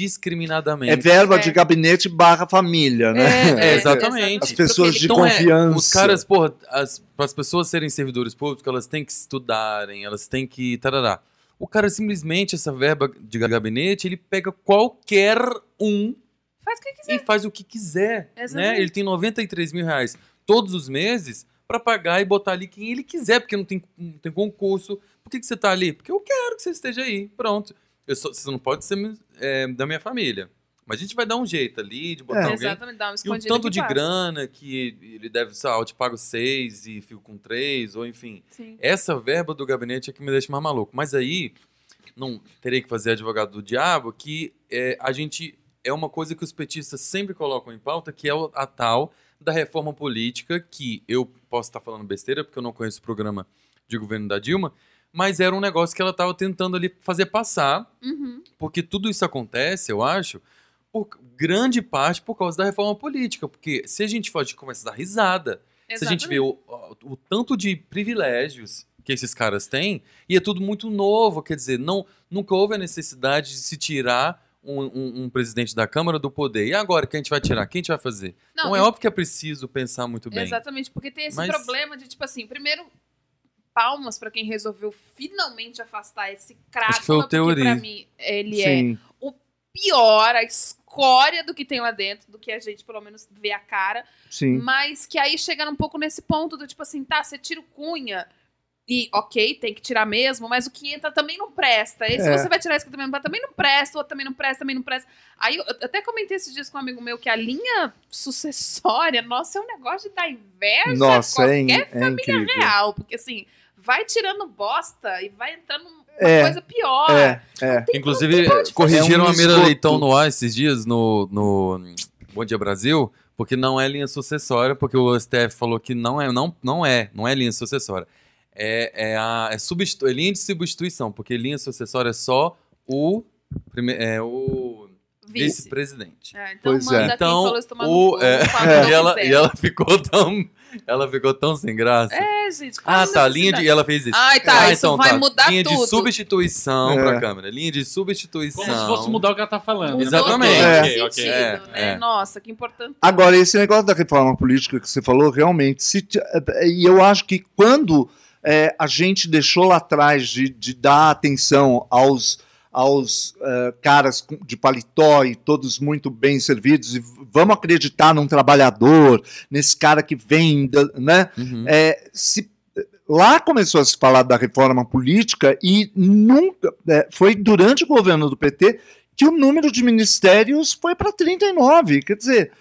indiscriminadamente.
É verba
É.
de gabinete barra família, né?
é, exatamente.
As pessoas de
Porque
Então, é,
confiança.
os caras, porra, as, as pessoas serem servidores públicos, elas têm que estudarem, elas têm que. Tarará. O cara simplesmente, essa verba de gabinete, ele pega qualquer um
ele Faz o que quiser.
e faz o que quiser. Né?
Exatamente.
Ele tem 93 mil reais todos os meses pra pagar e botar ali quem ele quiser, porque não tem, não tem concurso. Por que, que você tá ali? Porque eu quero que você esteja aí. Pronto. Eu só- você não pode ser é, da minha família. Mas a gente vai dar um jeito ali de botar
É.
alguém.
Exatamente, dá uma
E o
escondida.
tanto
que
de
passa.
grana que ele deve, sei lá, eu te pago seis e fico com três, ou enfim.
Sim.
Essa verba do gabinete é que me deixa mais maluco. Mas aí, não terei que fazer advogado do diabo, que é, a gente. É uma coisa que os petistas sempre colocam em pauta, que é o- a tal da reforma política, que eu posso estar falando besteira, porque eu não conheço o programa de governo da Dilma, mas era um negócio que ela estava tentando ali fazer passar
Uhum.
porque tudo isso acontece, eu acho, por grande parte por causa da reforma política. Porque se a gente for, a gente começa a dar risada. Se a gente vê o, o- o tanto de privilégios que esses caras têm, e é tudo muito novo, quer dizer, não, nunca houve a necessidade de se tirar um, um- um presidente da Câmara do poder. E agora, quem a gente vai tirar? Quem a gente vai fazer? Não, é
e-
óbvio que é preciso pensar muito bem.
Exatamente, porque tem esse
Mas-
problema de, tipo assim, primeiro, palmas pra quem resolveu finalmente afastar esse craque.
Acho que foi o
mas porque
Teori.
Pra mim, ele é
Sim.
pior, a escória do que tem lá dentro, do que a gente, pelo menos, vê a cara.
Sim.
Mas que aí chega um pouco nesse ponto do tipo assim, tá, você tira o cunha. E, ok, tem que tirar mesmo, mas o que entra também não presta. E se
É.
você vai tirar isso que também não presta, também não presta, o outro também não presta, também não presta. Aí eu eu até comentei esses dias com um amigo meu que a linha sucessória, nossa, é um negócio de dar inveja
Nossa, é, in-
qualquer
é incrível.
real. Porque assim, vai tirando bosta e vai entrando uma
É,
coisa pior.
É, é.
Inclusive,
pode
corrigiram
É um
a Mira
esgoto.
Leitão no ar esses dias no, no Bom Dia Brasil, porque não é linha sucessória, porque o STF falou que não é, não, não é, não é linha sucessória. É, é, a, é, substitu- é linha de substituição, porque linha sucessória é só o, prime- é, o
Vice.
vice-presidente.
É, então
Pois é.
manda quem
Então,
falou isso tomar
o-
no cu,
é.
fala que
[laughs]
não
E ela,
quiser.
e ela ficou tão Ela ficou tão sem graça.
É, gente. qual
Ah,
a
tá, linha de.
necessidade?
E ela fez isso.
Ai, tá,
Ah,
isso vai mudar
linha
tudo.
de substituição
É.
pra câmera. Linha de substituição.
Como se fosse mudar o que ela tá falando. né?
Exatamente.
Mudou todo
Ok,
o
ok.
sentido,
É,
né?
é.
Nossa, que importante.
Agora, esse negócio da reforma política que você falou, realmente, se ti- e eu acho que quando eh, a gente deixou lá atrás de, de dar atenção aos, aos eh, caras com- de paletó e todos muito bem servidos, e v- vamos acreditar num trabalhador, nesse cara que vem, da- né?
Uhum.
É, se- lá começou a se falar da reforma política e nunca é, foi durante o governo do PT que o número de ministérios foi para 39. Quer dizer,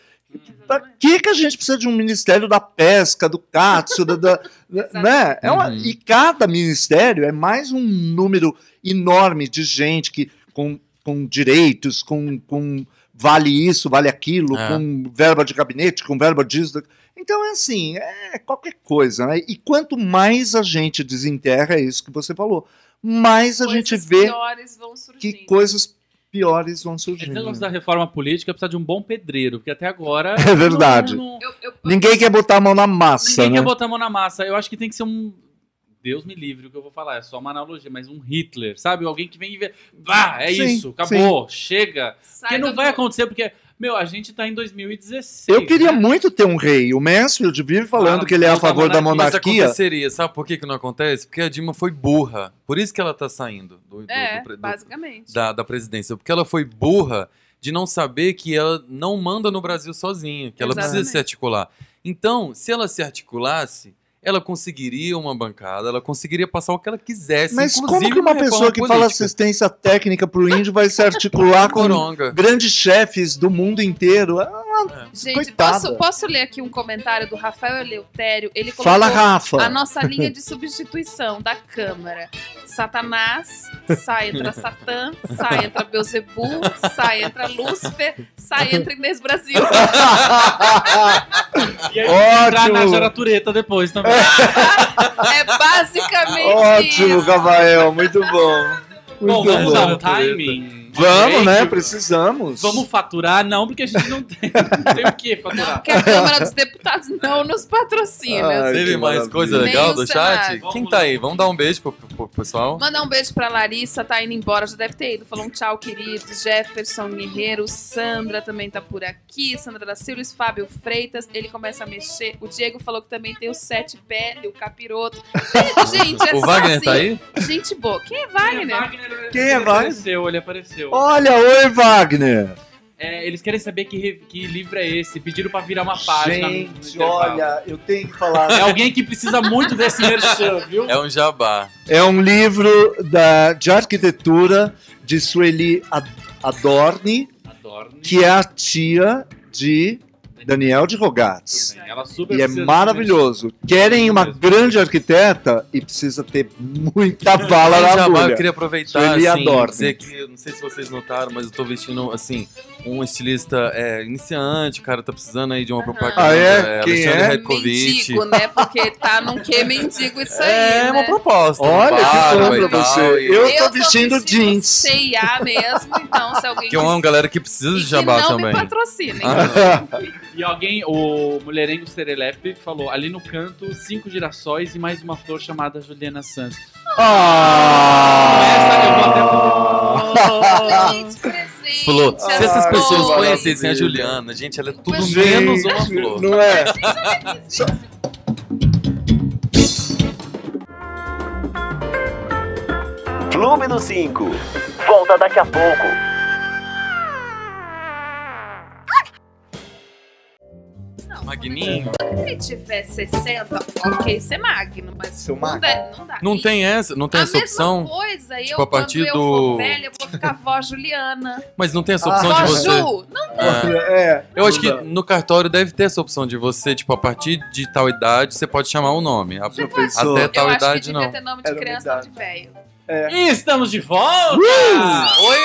Tá,
para que, que a gente precisa de um ministério da pesca, do cátio, da, da- né? É uma-
Uhum.
E cada ministério é mais um número enorme de gente que com, com direitos, com, com vale isso, vale aquilo,
É.
com verba de gabinete, com verba disso. Então é assim, é qualquer coisa, né? E quanto mais a gente desenterra, é isso que você falou, mais a gente
Coisas
vê
piores vão surgindo.
que coisas piores vão
Esse
surgindo.
negócio da reforma política precisa de um bom pedreiro, porque até agora.
[laughs] É verdade.
não- não-
Eu- eu-
Ninguém quer botar a mão na massa,
ninguém quer
né?
botar a mão na massa. Eu acho que tem que ser um. Deus me livre o que eu vou falar, é só uma analogia, mas um Hitler, sabe? Alguém que vem e vê. Vá, é
Sim,
isso, acabou, chega.
sai
Porque não
do-
vai acontecer, porque, meu, a gente tá em 2016.
Eu queria
né?
muito ter um rei. O Mansfield vive falando
Ah,
que ele é a
mas a
favor da
Mas
monarquia.
aconteceria, sabe por que, que não acontece? Porque a Dilma foi burra. Por isso que ela tá saindo do, do-
É,
do pre- do-
basicamente.
da, da presidência. Porque ela foi burra de não saber que ela não manda no Brasil sozinha, que ela precisa
Exatamente.
se articular. Então, se ela se articulasse, ela conseguiria uma bancada, ela conseguiria passar o que ela quisesse.
Mas
inclusive
como que uma pessoa
reforma
que fala
política.
assistência técnica pro índio vai se articular com
coronga?
grandes chefes do mundo inteiro? Ah,
Gente,
Coitada.
posso, posso ler aqui um comentário do Rafael Eleutério? Ele colocou
Fala,
a
[laughs] Rafa.
nossa linha de substituição da Câmara. Satanás, sai,
[laughs]
entra Satã, sai, entra Beuzebu, sai, entra Lúcifer, sai, entra Inês
[laughs]
Brasil.
E aí, Ótimo. entrar
Ótimo.
na Jaratureta depois também.
É basicamente
Ótimo,
isso.
Gabriel, muito bom.
Bom,
Muito
vamos dar
bom.
um timing.
Vamos, né?
Gente,
Precisamos.
Vamos faturar? Não, porque a gente não tem, [laughs] não tem o que faturar.
Que a Câmara
[laughs]
dos Deputados não nos patrocina.
Ai,
Teve
que
mais
maravilha.
coisa
Nem
legal
o
do
Senado.
chat? Quem tá aí? Vamos dar um beijo pro, pro- pro pessoal?
Mandar um beijo pra Larissa, tá indo embora, já deve ter ido. Falou um tchau, queridos. Jefferson Guerreiro, Sandra também tá por aqui. Sandra da Silva, Fábio Freitas. Ele começa a mexer. O Diego falou que também tem o sete pé e
[laughs]
o capiroto. Gente, é
o
só
Wagner
assim.
tá aí?
Gente boa. Quem é Wagner?
Quem é
ele
Wagner?
Apareceu, ele apareceu.
Olha, oi, Wagner.
É, eles querem saber que, re- que livro é esse. Pediram pra virar uma página. no- no
Gente,
intervalo.
olha, eu tenho
[laughs]
que falar.
É alguém que precisa muito desse merchan,
[laughs]
viu?
É um jabá.
É um livro da, de arquitetura de Sueli Ad- Adorni,
Adoro.
que é a tia de Daniel de Rogatz.
Ela super
E é
precisa
maravilhoso. Querem uma
Mesmo.
grande arqueteta e precisa ter muita bala
Além de
na
jabá, eu
agulha.
queria aproveitar
Sueli
assim,
Adorno.
dizer que, eu não sei se vocês notaram, mas eu tô vestindo assim, um estilista é, iniciante, o cara tá precisando aí de uma
Aham.
propaganda.
Ah, é? Quem
Alexandre
é?
Redkovic.
Mendigo, né? Porque tá num que mendigo isso aí,
É
né?
uma proposta.
Olha, que
barba
bom
e
pra
tal, e-
você. Eu tô vestindo jeans.
C&A mesmo, então se alguém
Que é uma galera que precisa
e
de
que
jabá
não
também. Ah,
me patrocinem.
mesmo. E alguém, o mulherengo Serelepe, falou ali no canto, cinco girassóis e mais uma flor chamada Juliana Santos.
Ah!
Gente, presente.
Flor. Se essas
Ah,
pessoas
que
conhecessem a
maravilha.
Juliana, gente, ela é tudo
Gente,
menos uma flor.
Não é?
Clube do 5. Volta daqui a pouco.
Magninho.
Se ele tiver 60, ok, ser magno, mas
Ser
não,
magno.
dá, não dá.
Não
E
tem essa, não tem
a
essa opção.
mesma coisa, eu,
Tipo, a partir
quando eu
do-
for velha, eu vou ficar
[laughs]
vó Juliana.
Mas não tem
Ah,
essa opção
vó
de você.
Ju! Não,
É.
É.
Eu acho que no cartório deve ter essa opção de você, tipo, a partir de tal idade, você pode chamar o nome. A-
Já pensou?
Até tal
eu acho
idade,
que devia
não.
ter nome de
Era uma
criança ou de
idade.
velho.
É.
E estamos de volta!
Uh!
Oiê!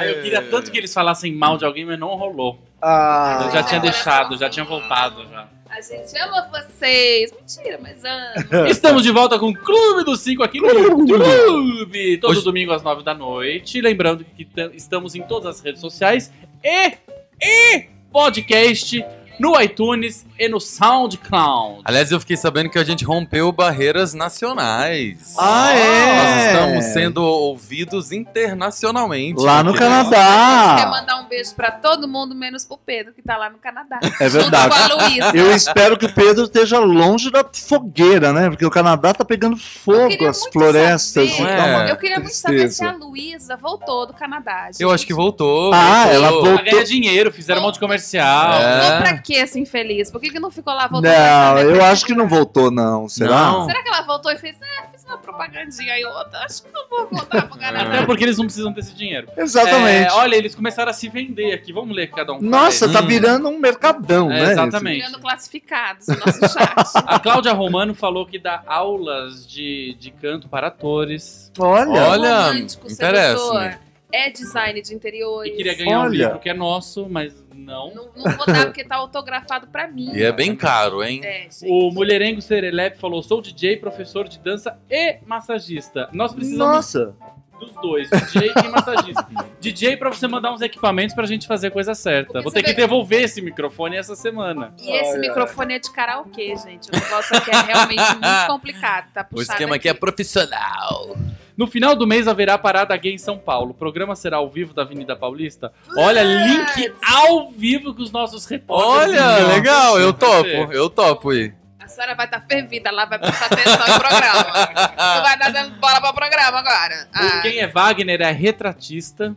Ai, eu queria tanto que eles falassem mal de alguém, mas não rolou.
Ah.
Eu já tinha deixado, já tinha voltado já.
A gente ama vocês. Mentira, mas ama.
Estamos de volta com o Clube dos 5 aqui no YouTube. Todo
Hoje-
domingo às 9 da noite. Lembrando que t- estamos em todas as redes sociais e, e podcast no iTunes e no SoundCloud.
Aliás, eu fiquei sabendo que a gente rompeu barreiras nacionais.
Ah,
Nós
é?
estamos sendo ouvidos internacionalmente. né,
Lá no
Que
Quer
Canadá.
mandar um beijo pra todo mundo, menos pro Pedro, que tá lá no Canadá.
É verdade.
Junto com a Luísa.
Eu espero que o Pedro esteja longe da fogueira, né? Porque o Canadá tá pegando
Eu
fogo,
queria
as
muito
florestas.
saber-
e tal, uma
É,
Eu queria muito saber se
tristeza.
a Luísa voltou do Canadá. gente.
Eu acho que voltou.
Ah, ela
Pra
voltou.
ganhar dinheiro, fizeram um monte de comercial.
É.
Voltou pra quê essa infeliz? Por que, que não ficou lá voltando?
Não, eu acho que não voltou, não. Será?
Não.
Será que ela voltou e fez, é, fiz uma propagandinha aí outra, acho que não vou voltar pro
Até
Canadá.
porque eles não precisam desse dinheiro.
Exatamente.
É, olha, eles começaram a se vender aqui. Vamos ler o que cada um. faz.
Nossa, tá
Hum.
virando um mercadão,
É,
né?
exatamente.
Tirando classificados no nosso chat.
A Cláudia Romano falou que dá aulas de, de canto para atores.
isso? Olha.
[laughs] Olha,
Romântico,
interessa,
sedutor,
né?
É design de interiores.
E queria ganhar um
Olha.
livro que é nosso, mas não.
Não, não vou dar porque tá autografado pra mim.
um. E é bem caro, hein?
É, gente.
O Mulherengo Serelepe falou: sou DJ, professor de dança e massagista. Nós precisamos
Nossa.
dos dois, DJ
[laughs]
e massagista. DJ pra você mandar uns equipamentos pra gente fazer a coisa certa.
Porque
Vou
você
ter que
vê-
devolver esse microfone essa semana.
E esse microfone é de karaokê, gente. O negócio aqui é realmente muito complicado. Tá
O
puxado
esquema aqui é profissional.
No final do mês haverá parada gay em São Paulo. O programa será ao vivo da Avenida Paulista. Olha, link ao vivo com os nossos repórteres. Então,
Olha,
Nossa,
legal, eu topo,
você.
eu topo aí.
A senhora vai estar fervida lá, vai prestar atenção no programa. Tu vai dar dando bola pro programa agora. Ah,
Quem é Wagner é retratista.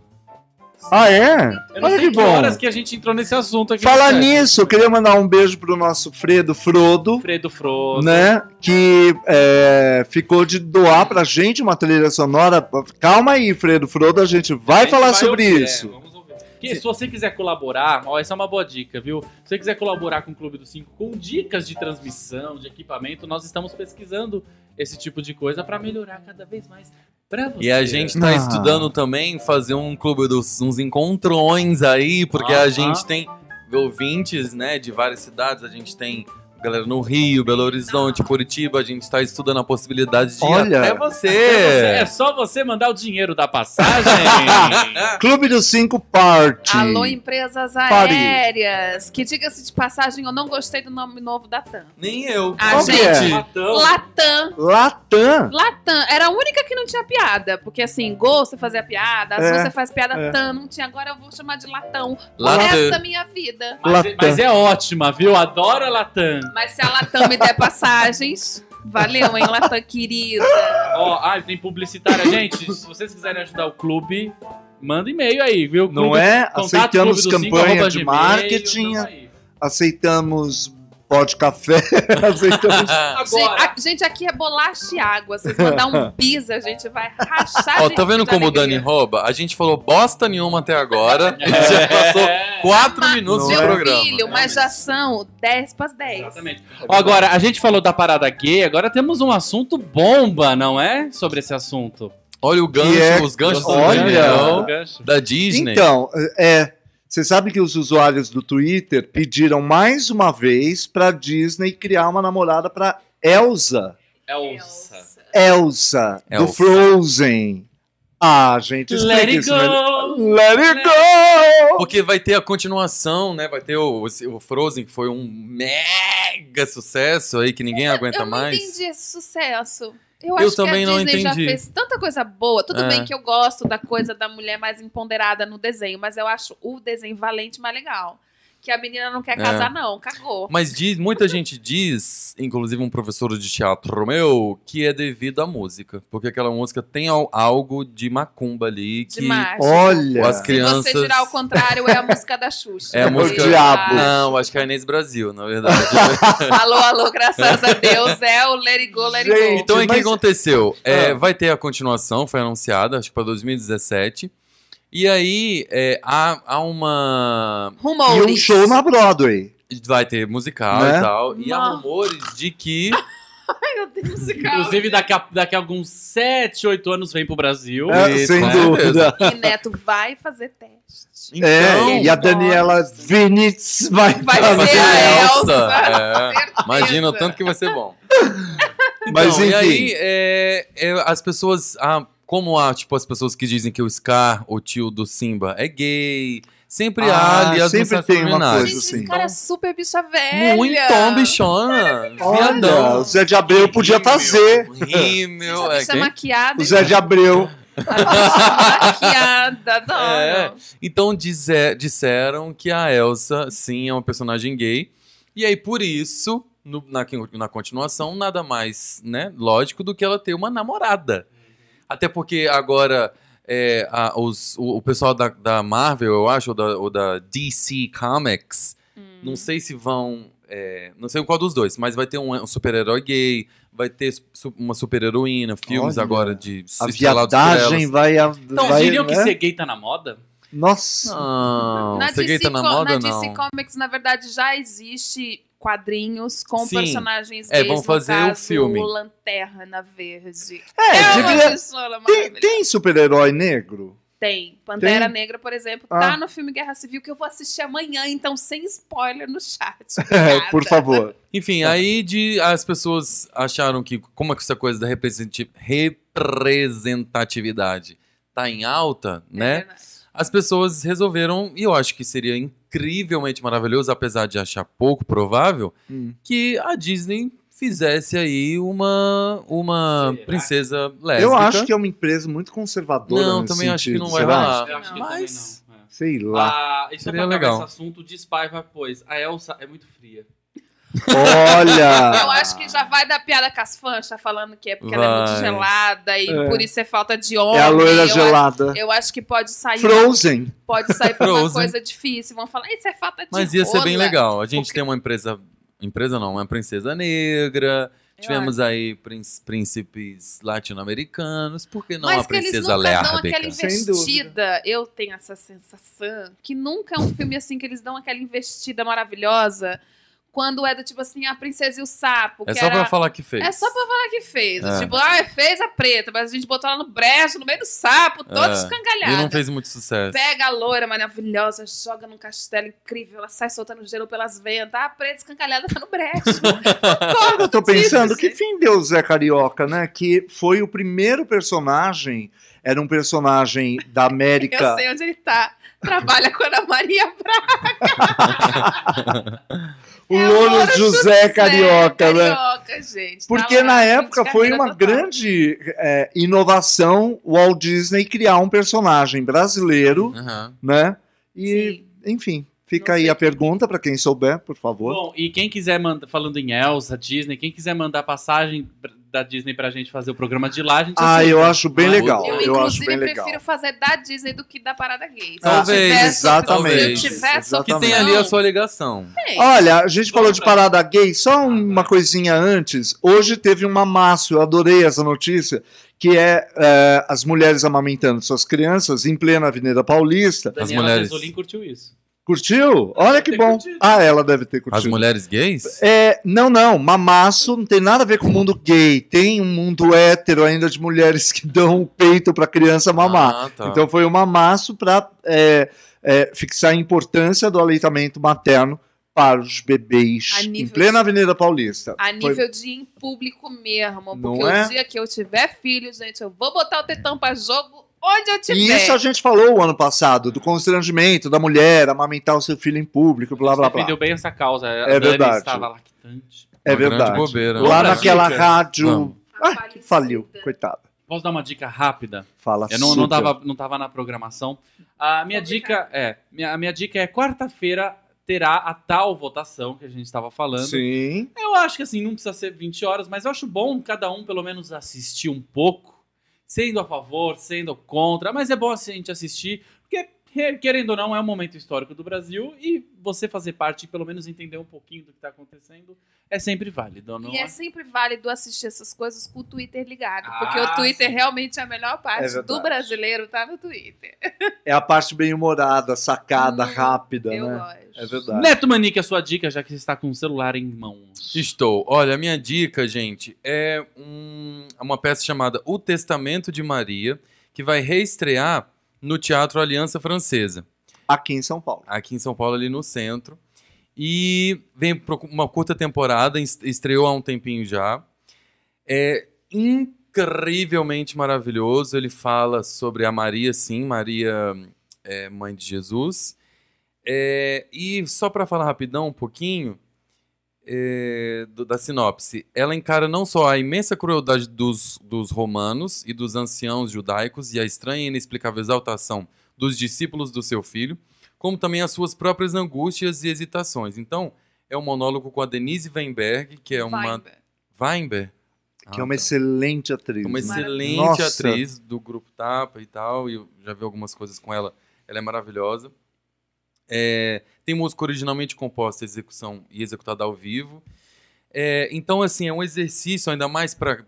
Ah, é?
Eu não
Olha
sei
que
que
bom.
horas que a gente entrou nesse assunto aqui.
Falar
no set.
nisso, eu queria mandar um beijo pro nosso Fredo Frodo,
Fredo Frodo.
né? Que é, ficou de doar pra gente uma trilha sonora. Calma aí, Fredo Frodo, a gente vai
A gente
falar sobre
ouvir, é,
isso.
vamos ouvir. Que, se você quiser colaborar, ó, essa é uma boa dica, viu? Se você quiser colaborar com o Clube do 5 com dicas de transmissão, de equipamento, nós estamos pesquisando esse tipo de coisa pra melhorar cada vez mais pra você.
E a gente tá
Ah.
estudando também fazer um clube dos uns encontrões aí, porque a
Aham.
gente tem ouvintes, né, de várias cidades, a gente tem galera no Rio, Belo Horizonte, Curitiba, a gente tá estudando a possibilidade de ir
Olha.
até
É,
você.
só você mandar o dinheiro da passagem.
[laughs] Clube dos Cinco Party.
Alô, empresas
Pare.
aéreas. Que diga-se de passagem, eu não gostei do nome novo da TAM.
Nem eu. é?
Ah,
Qual que gente.
Matão.
Latam.
Latam.
Latam. Era a única que não tinha piada. Porque assim, Gol você fazia piada, Azul
É,
você faz piada,
é.
TAM não tinha. Agora eu vou chamar de Latão. O
Latam.
resto da minha vida.
Mas, é-
Latam.
mas é ótima, viu? Adoro a Latam.
Mas se a Latam me der passagens, valeu, hein, Latam querida.
Ó, ah, tem publicitária. Gente, se vocês quiserem ajudar o clube, manda e-mail aí, viu?
Não
Clube-
é?
contato
Aceitamos
clube do cinco,
campanha
arroba
de
gmail,
marketing,
tamo aí.
aceitamos pó de café, [laughs] aceitamos.
Gente,
Agora,
a- gente, aqui é bolacha e água. Vocês mandar um bis, a gente vai
[laughs]
rachar
Ó,
de
tá vendo
rir da
como o Dani
alegria.
rouba? A gente falou bosta nenhuma até agora. [laughs]
É.
Ele
[laughs]
já passou quatro
Mas,
minutos de
Não é?
Meu
programa.
filho, mas já são 10 para 10.
exatamente. Ó, agora, a gente falou da parada gay, agora temos um assunto bomba, não é? Sobre esse assunto.
Olha o gancho,
Que é-
os ganchos do
Olha!
Daniel,
Gancho.
da Disney.
Então, é. Você sabe que os usuários do Twitter pediram mais uma vez pra Disney criar uma namorada pra Elsa.
É
Elsa.
Elsa, do
Elsa.
Frozen. Ah, gente,
Let
explica
it
isso. né?
go!
Let it go!
Porque vai ter a continuação, né? Vai ter o, o Frozen, que foi um mega sucesso aí que ninguém aguenta
Eu não
mais.
entendi esse sucesso. Eu,
Eu
acho
também
que a
não
Disney já
entendi.
fez tanta coisa boa. Tudo
É.
bem que eu gosto da coisa da mulher mais empoderada no desenho, mas eu acho o desenho valente mais legal. Que a menina não quer
É.
casar, não. Cagou.
Mas diz, muita gente diz, inclusive um professor de teatro meu, que é devido à música. Porque aquela música tem al- algo de macumba ali que
Demais.
Olha,
as
Se
crianças.
você girar ao contrário, é a música da Xuxa.
É a música-
o diabo.
Não, acho que é a Inês Brasil, na
[laughs]
verdade. [laughs]
Alô, alô, graças a Deus. É o Let It Go, Let It
Gente,
Go.
Então, o que
mas-
aconteceu? É,
Ah.
Vai ter a continuação, foi anunciada, acho que para 2017. E aí, é, há, há uma.
e
Rumores.
um show na Broadway.
Vai ter musical
Né?
e tal. E há
Nossa.
rumores de
[laughs]
que.
Ai, meu Deus, musical.
Inclusive, daqui a, daqui a alguns 7, 8 anos vem pro Brasil. né?
É,
Isso,
sem
com
dúvida.
E Neto vai fazer teste.
Então,
É, e a Daniela Vinitz vai,
Vai
vai
fazer.
ser a Elsa. É.
Certeza.
[laughs] Imagina o tanto que vai ser bom.
[laughs] Mas
Então,
enfim.
E aí, é, é, as pessoas. ah, como há, tipo, as pessoas que dizem que o Scar, o tio do Simba, é gay. Sempre
Ah,
há ali as
sempre
sensações
tem uma
culinárias.
coisa
Gente,
assim.
esse cara é super bicha velha.
Muito tom, bichona.
Olha, o
Viadão.
Zé de Abreu podia fazer.
Gente,
Rímel.
a
É,
bicha
quem-
maquiada.
O Zé de Abreu.
A bicha maquiada, tá adoro.
Então dize- disseram que a Elsa, sim, é uma personagem gay. E aí, por isso, no- na, na continuação, nada mais né, lógico do que ela ter uma namorada. Até porque agora é, a- os- o, o pessoal da, da Marvel, eu acho, ou da, ou da DC Comics,
Hum.
não sei se vão. é, não sei qual dos dois, mas vai ter um, um super-herói gay, vai ter su- uma super-heroína, filmes
Olha,
agora de
A
estrelados por elas.
viadagem vai. a-
Então,
vai
diriam que
né?
ser gay tá na moda?
Nossa.
Não,
na
ser
DC,
gay tá na
Co-
moda,
na
não.
DC Comics, na verdade, já existe quadrinhos com
Sim.
personagens
É,
gays.
vão
no
fazer o
caso,
filme.
o Lanterna Verde.
É,
É, uma
deveria-
bichona
Tem,
maravilhosa.
tem super-herói negro?
Tem. Pantera
Tem?
Negra, por exemplo,
Ah.
tá no filme Guerra Civil, que eu vou assistir amanhã, então sem spoiler no chat.
[laughs] É, por favor.
Enfim, aí de, as pessoas acharam que, como é que essa coisa da representi- representatividade tá em alta,
É
né?
verdade.
As pessoas resolveram, e eu acho que seria incrivelmente maravilhoso, apesar de achar pouco provável,
Hum.
que a Disney fizesse aí uma, uma
Será?
princesa lésbica.
Eu acho que é uma empresa muito conservadora.
Não,
nesse
também acho que
sentido,
não vai
será?
rolar.
Eu acho que
Mas-
também não. é.
Sei lá.
Ah, e só
Seria
pra acabar
legal.
esse assunto, despaiva, pois. A Elsa é muito fria.
Olha.
Eu
Ah.
acho que já vai dar piada com as fãs, tá falando que é porque ela é muito
Vai.
gelada e
É.
por isso é falta de homem.
É a
eu
loira
acho-
gelada.
Eu acho que pode sair,
Frozen.
pode sair por uma
Frozen.
coisa difícil. Vão falar, isso é falta de
Mas ia ser bem
rola."
legal. A gente
Porque-
tem uma empresa. Empresa não, uma princesa negra.
Eu
Tivemos aí prínci- príncipes latino-americanos. Por que não
Mas
a
que eles
princesa
nunca dão aquela
lérbica?
Sem
investida. Eu tenho essa sensação que nunca é um filme assim que eles dão aquela investida maravilhosa quando é do tipo assim, a princesa e o sapo.
É
que
só
era...
pra falar que fez.
É só pra falar que fez.
É.
Tipo, ah, fez a preta, mas a gente botou ela no brejo, no meio do sapo, toda
É.
escangalhada.
E não fez muito sucesso.
Pega a loira maravilhosa, joga num castelo incrível, ela sai soltando gelo pelas ventas. Ah, a preta escancalhada tá no
[laughs]
brejo.
Eu
[laughs]
tô pensando,
disso,
que
gente.
fim deu o Zé Carioca, né? Que foi o primeiro personagem, era um personagem da
Eu
América.
sei onde ele tá. Trabalha com a Ana Maria Braga.
O
É
Louro José Carioca, né?
Carioca, gente.
Porque
Tá lá,
na
gente,
época foi
carreira
uma
total.
grande é, inovação o Walt Disney criar um personagem brasileiro,
Aham.
né? E,
Sim.
enfim, fica
Não
aí
sei.
a pergunta pra quem souber, por favor.
Bom, e quem quiser mandar, falando em Elsa, Disney, quem quiser mandar passagem pra- da Disney pra gente fazer o programa de lá, a gente
ah,
aceita.
eu acho bem
Não é
legal.
Eu,
Eu, acho
inclusive,
bem legal.
prefiro fazer da Disney do que da parada gay. Se
Talvez,
eu tivesse,
exatamente,
Se eu tivesse
exatamente.
Que
opção,
tem ali a sua ligação.
tem.
Olha, a gente falou de
Vamos
parada gay, só uma coisinha antes. Hoje teve uma massa, eu adorei essa notícia, que é, é, as mulheres amamentando suas crianças em plena Avenida Paulista.
As
Daniela
mulheres.
Tesolin curtiu isso.
Curtiu? Olha que
ter
bom.
curtido.
Ah, ela deve ter curtido.
As mulheres gays?
É, não, não, mamaço não tem nada a ver com o mundo gay. Tem um mundo hétero ainda de mulheres que dão o peito para criança mamar.
Ah, tá.
Então foi um mamaço para é, fixar a importância do aleitamento materno para os bebês
A nível
em plena
de- Ah,
Avenida Paulista.
A nível
Foi-
de ir em público mesmo.
Não
Porque
é?
o dia que eu tiver filho, gente, eu vou botar o tetão pra jogo onde eu tiver.
E isso a gente falou o ano passado, do constrangimento da mulher amamentar o seu filho em público, blá blá blá. É
Defendeu bem essa causa. A Dani
verdade.
estava lactante.
Uma é
É
um grande
verdade.
bobeira. né?
Lá
Vamos pra
naquela
dica?
rádio.
Vamos.
Tá
Ah, que faliu,
Falecida.
coitada.
Posso dar uma dica rápida?
Fala
Eu não, não,
Tá super.
tava, não tava na programação. A minha dica é, minha- a minha dica é quarta-feira terá a tal votação que a gente estava falando.
Sim.
Eu acho que assim, não precisa ser 20 horas, mas eu acho bom cada um pelo menos assistir um pouco, sendo a favor, sendo contra, mas é bom assim, a gente assistir, porque eh, querendo ou não, é um momento histórico do Brasil e você fazer parte e pelo menos entender um pouquinho do que está acontecendo é sempre válido, não
E é
é?
sempre válido assistir essas coisas com o Twitter ligado,
Ah,
porque o Twitter
sim.
realmente é a melhor
É
parte
verdade.
do brasileiro, tá no Twitter.
É a parte bem humorada, sacada,
Hum,
rápida,
Eu
né?
gosto.
É verdade.
Neto Manique, a sua dica, já que você está com o celular em mãos.
Estou. Olha, a minha dica, gente, é um- uma peça chamada O Testamento de Maria, que vai reestrear no Teatro Aliança Francesa.
Aqui em São Paulo.
aqui em São Paulo, ali no centro. E vem pro- uma curta temporada, es- estreou há um tempinho já. É incrivelmente maravilhoso. Ele fala sobre a Maria, sim, Maria é, mãe de Jesus. É, e só para falar rapidão um pouquinho é, do- da sinopse, ela encara não só a imensa crueldade dos, dos romanos e dos anciãos judaicos e a estranha e inexplicável exaltação dos discípulos do seu filho, como também as suas próprias angústias e hesitações. Então, é um monólogo com a Denise Weinberg, que é uma.
Weinberg.
Weinberg?
que é
Ah,
uma
tá.
excelente atriz.
Uma
né?
excelente
Nossa.
atriz do grupo Tapa e tal, e eu já vi algumas coisas com ela. Ela é maravilhosa. É, tem música originalmente composta, execução e executada ao vivo. É, então, assim, é um exercício, ainda mais para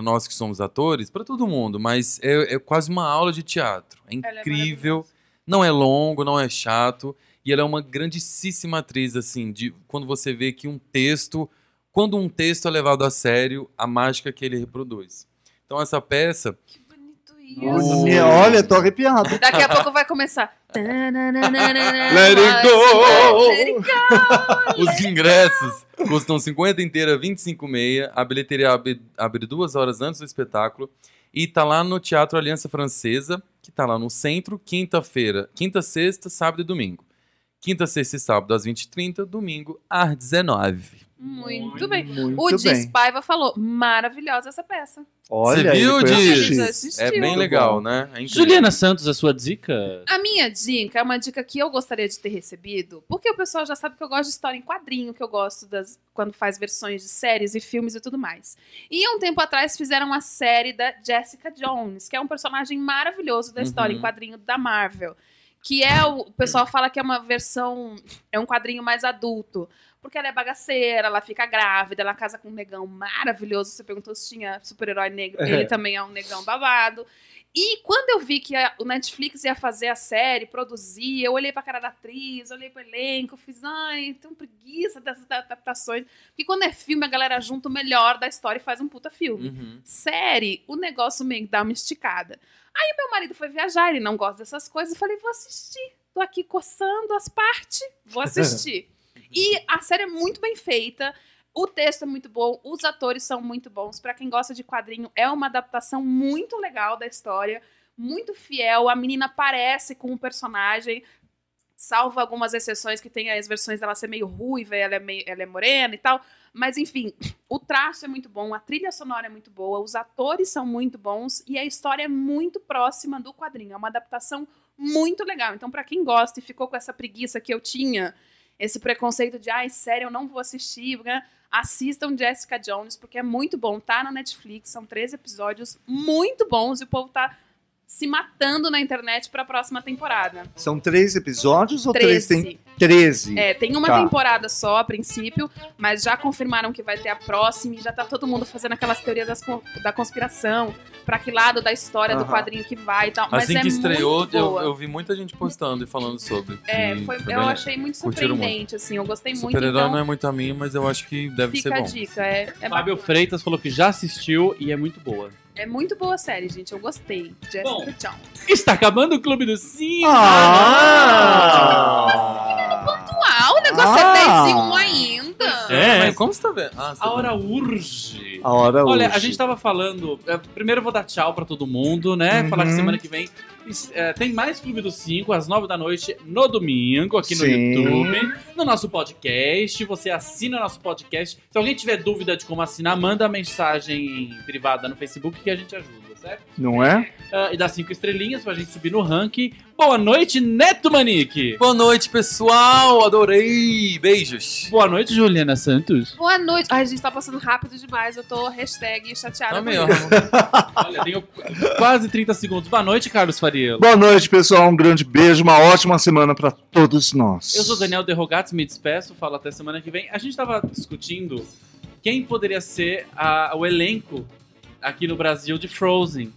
nós que somos atores, para todo mundo, mas é, é quase uma aula de teatro. É
Ela é
incrível, não é longo, não é chato, e ela é uma grandíssima atriz, assim, de quando você vê que um texto, quando um texto é levado a sério, a mágica que ele reproduz. Então, essa peça
Que bonito
Nossa,
isso.
minha- olha, tô arrepiado.
[laughs]
Daqui a pouco vai começar. Let É,
Let it go!
Let it go!
Os ingressos custam 50 inteira, 25,6. A bilheteria abre, abre duas horas antes do espetáculo. E tá lá no Teatro Aliança Francesa, que tá lá no centro, quinta-feira. Quinta, sexta, sábado e domingo. Quinta, sexta e sábado, às 20h30. Domingo, às 19
Muito bem.
Muito
O Diz
bem.
Paiva falou: maravilhosa essa peça.
Olha,
Você viu,
ele foi
Diz?
assistir.
Assistiu.
É bem
Muito
legal,
bom.
né? É incrível.
Juliana Santos, a sua dica?
A minha dica é uma dica que eu gostaria de ter recebido, porque o pessoal já sabe que eu gosto de história em quadrinho, que eu gosto das quando faz versões de séries e filmes e tudo mais. E há um tempo atrás fizeram a série da Jessica Jones, que é um personagem maravilhoso da história
Uhum.
em quadrinho da Marvel, que é o, o pessoal fala que é uma versão é um quadrinho mais adulto, porque ela é bagaceira, ela fica grávida, ela casa com um negão maravilhoso. Você perguntou se tinha super-herói negro, ele também é um negão babado. E quando eu vi que a- o Netflix ia fazer a série, produzir, eu olhei pra cara da atriz, olhei pro elenco, fiz, ai, tenho preguiça dessas adaptações. Porque quando é filme, a galera junta o melhor da história e faz um puta filme.
Uhum.
Série, o negócio meio que dá uma esticada. Aí meu marido foi viajar, ele não gosta dessas coisas, eu falei, vou assistir. Tô aqui coçando as partes, vou assistir. e a série é muito bem feita, o texto é muito bom, os atores são muito bons. Pra quem gosta de quadrinho, é uma adaptação muito legal da história, muito fiel. A menina parece com o personagem, salvo algumas exceções que tem as versões dela ser meio ruiva, ela é, meio, ela é morena e tal. Mas enfim, o traço é muito bom, a trilha sonora é muito boa, os atores são muito bons e a história é muito próxima do quadrinho. É uma adaptação muito legal. Então, pra quem gosta e ficou com essa preguiça que eu tinha, esse preconceito de, ai, sério, eu não vou assistir, né? assistam Jessica Jones, porque é muito bom. Tá na Netflix, são três episódios muito bons e o povo tá se matando na internet pra próxima temporada.
São três episódios ou três? Tem
13.
treze.
É, tem uma
Tá.
temporada só a princípio, mas já confirmaram que vai ter a próxima e já tá todo mundo fazendo aquelas teorias das con- da conspiração, pra que lado da história do
Aham.
quadrinho que vai e tal. Mas
Assim
é
que estreou,
muito
eu,
boa.
eu vi muita gente postando e falando sobre.
É,
E
foi-
bem
eu
legal.
achei muito
Curtiram muito.
surpreendente, assim, eu gostei muito.
Super-herói
Então,
não é muito a minha, mas eu acho que deve ser
fica a
bom.
dica. É, é,
Fábio
bacana.
Freitas falou que já assistiu e é muito boa.
é muito boa a série, gente. Eu gostei. Jessica
Bom,
Jones.
Está acabando o Clube do Sim!
Ah!
Uau, o negócio
Ah!
é 10 e 1 ainda.
É.
Mas como você tá vendo? Ah, você
A
tá
hora urge.
A hora
Olha,
hoje.
a gente tava falando. é, Primeiro eu vou dar tchau pra todo mundo, né?
Uhum.
Falar que semana que vem es- é, tem mais Clube dos 5 às 9 da noite no domingo, aqui no
Sim.
YouTube, no nosso podcast. Você assina nosso podcast. Se alguém tiver dúvida de como assinar, manda mensagem privada no Facebook que a gente ajuda, certo?
Não é?
Ah, e dá cinco estrelinhas pra gente subir no ranking. Boa noite, Neto Manique!
Boa noite, pessoal. Adorei. Beijos.
Boa noite, Juliana Santos.
Boa noite. Ai, gente, tá passando rápido demais. Eu tô hashtag chateada.
Tá
com
mesmo.
isso.
Olha, tenho quase 30 segundos. Boa noite, Carlos Fariello.
Boa noite, pessoal. Um grande beijo, uma ótima semana pra todos nós.
Eu sou Daniel Derrogatis, me despeço, falo até semana que vem. A gente tava discutindo quem poderia ser a- o elenco aqui no Brasil de Frozen.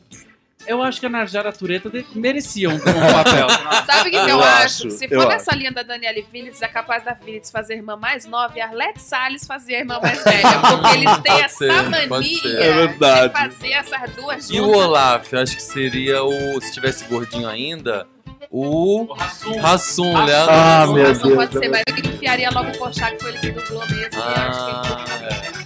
Eu acho que a Narjara Tureta de- merecia um, um papel.
Sabe o que, que eu,
Eu
acho?
acho,
Se
eu
for nessa linha da Daniele Vinitz, é capaz da Vinitz fazer a irmã mais nova e a Arlete Salles fazer a irmã mais velha. Porque eles têm
Pode
essa
ser, pode
mania
ser.
É verdade.
de fazer essas duas
E o
juntas.
Olaf, acho que seria o. Se tivesse gordinho ainda, o.
O Hassum.
Rassum,
Ah,
Leandro.
Ah,
Não,
meu
não
Deus.
pode ser, mas eu enfiaria logo o Pochá, que foi ele que dublou mesmo. eu acho que ele
Ah, é.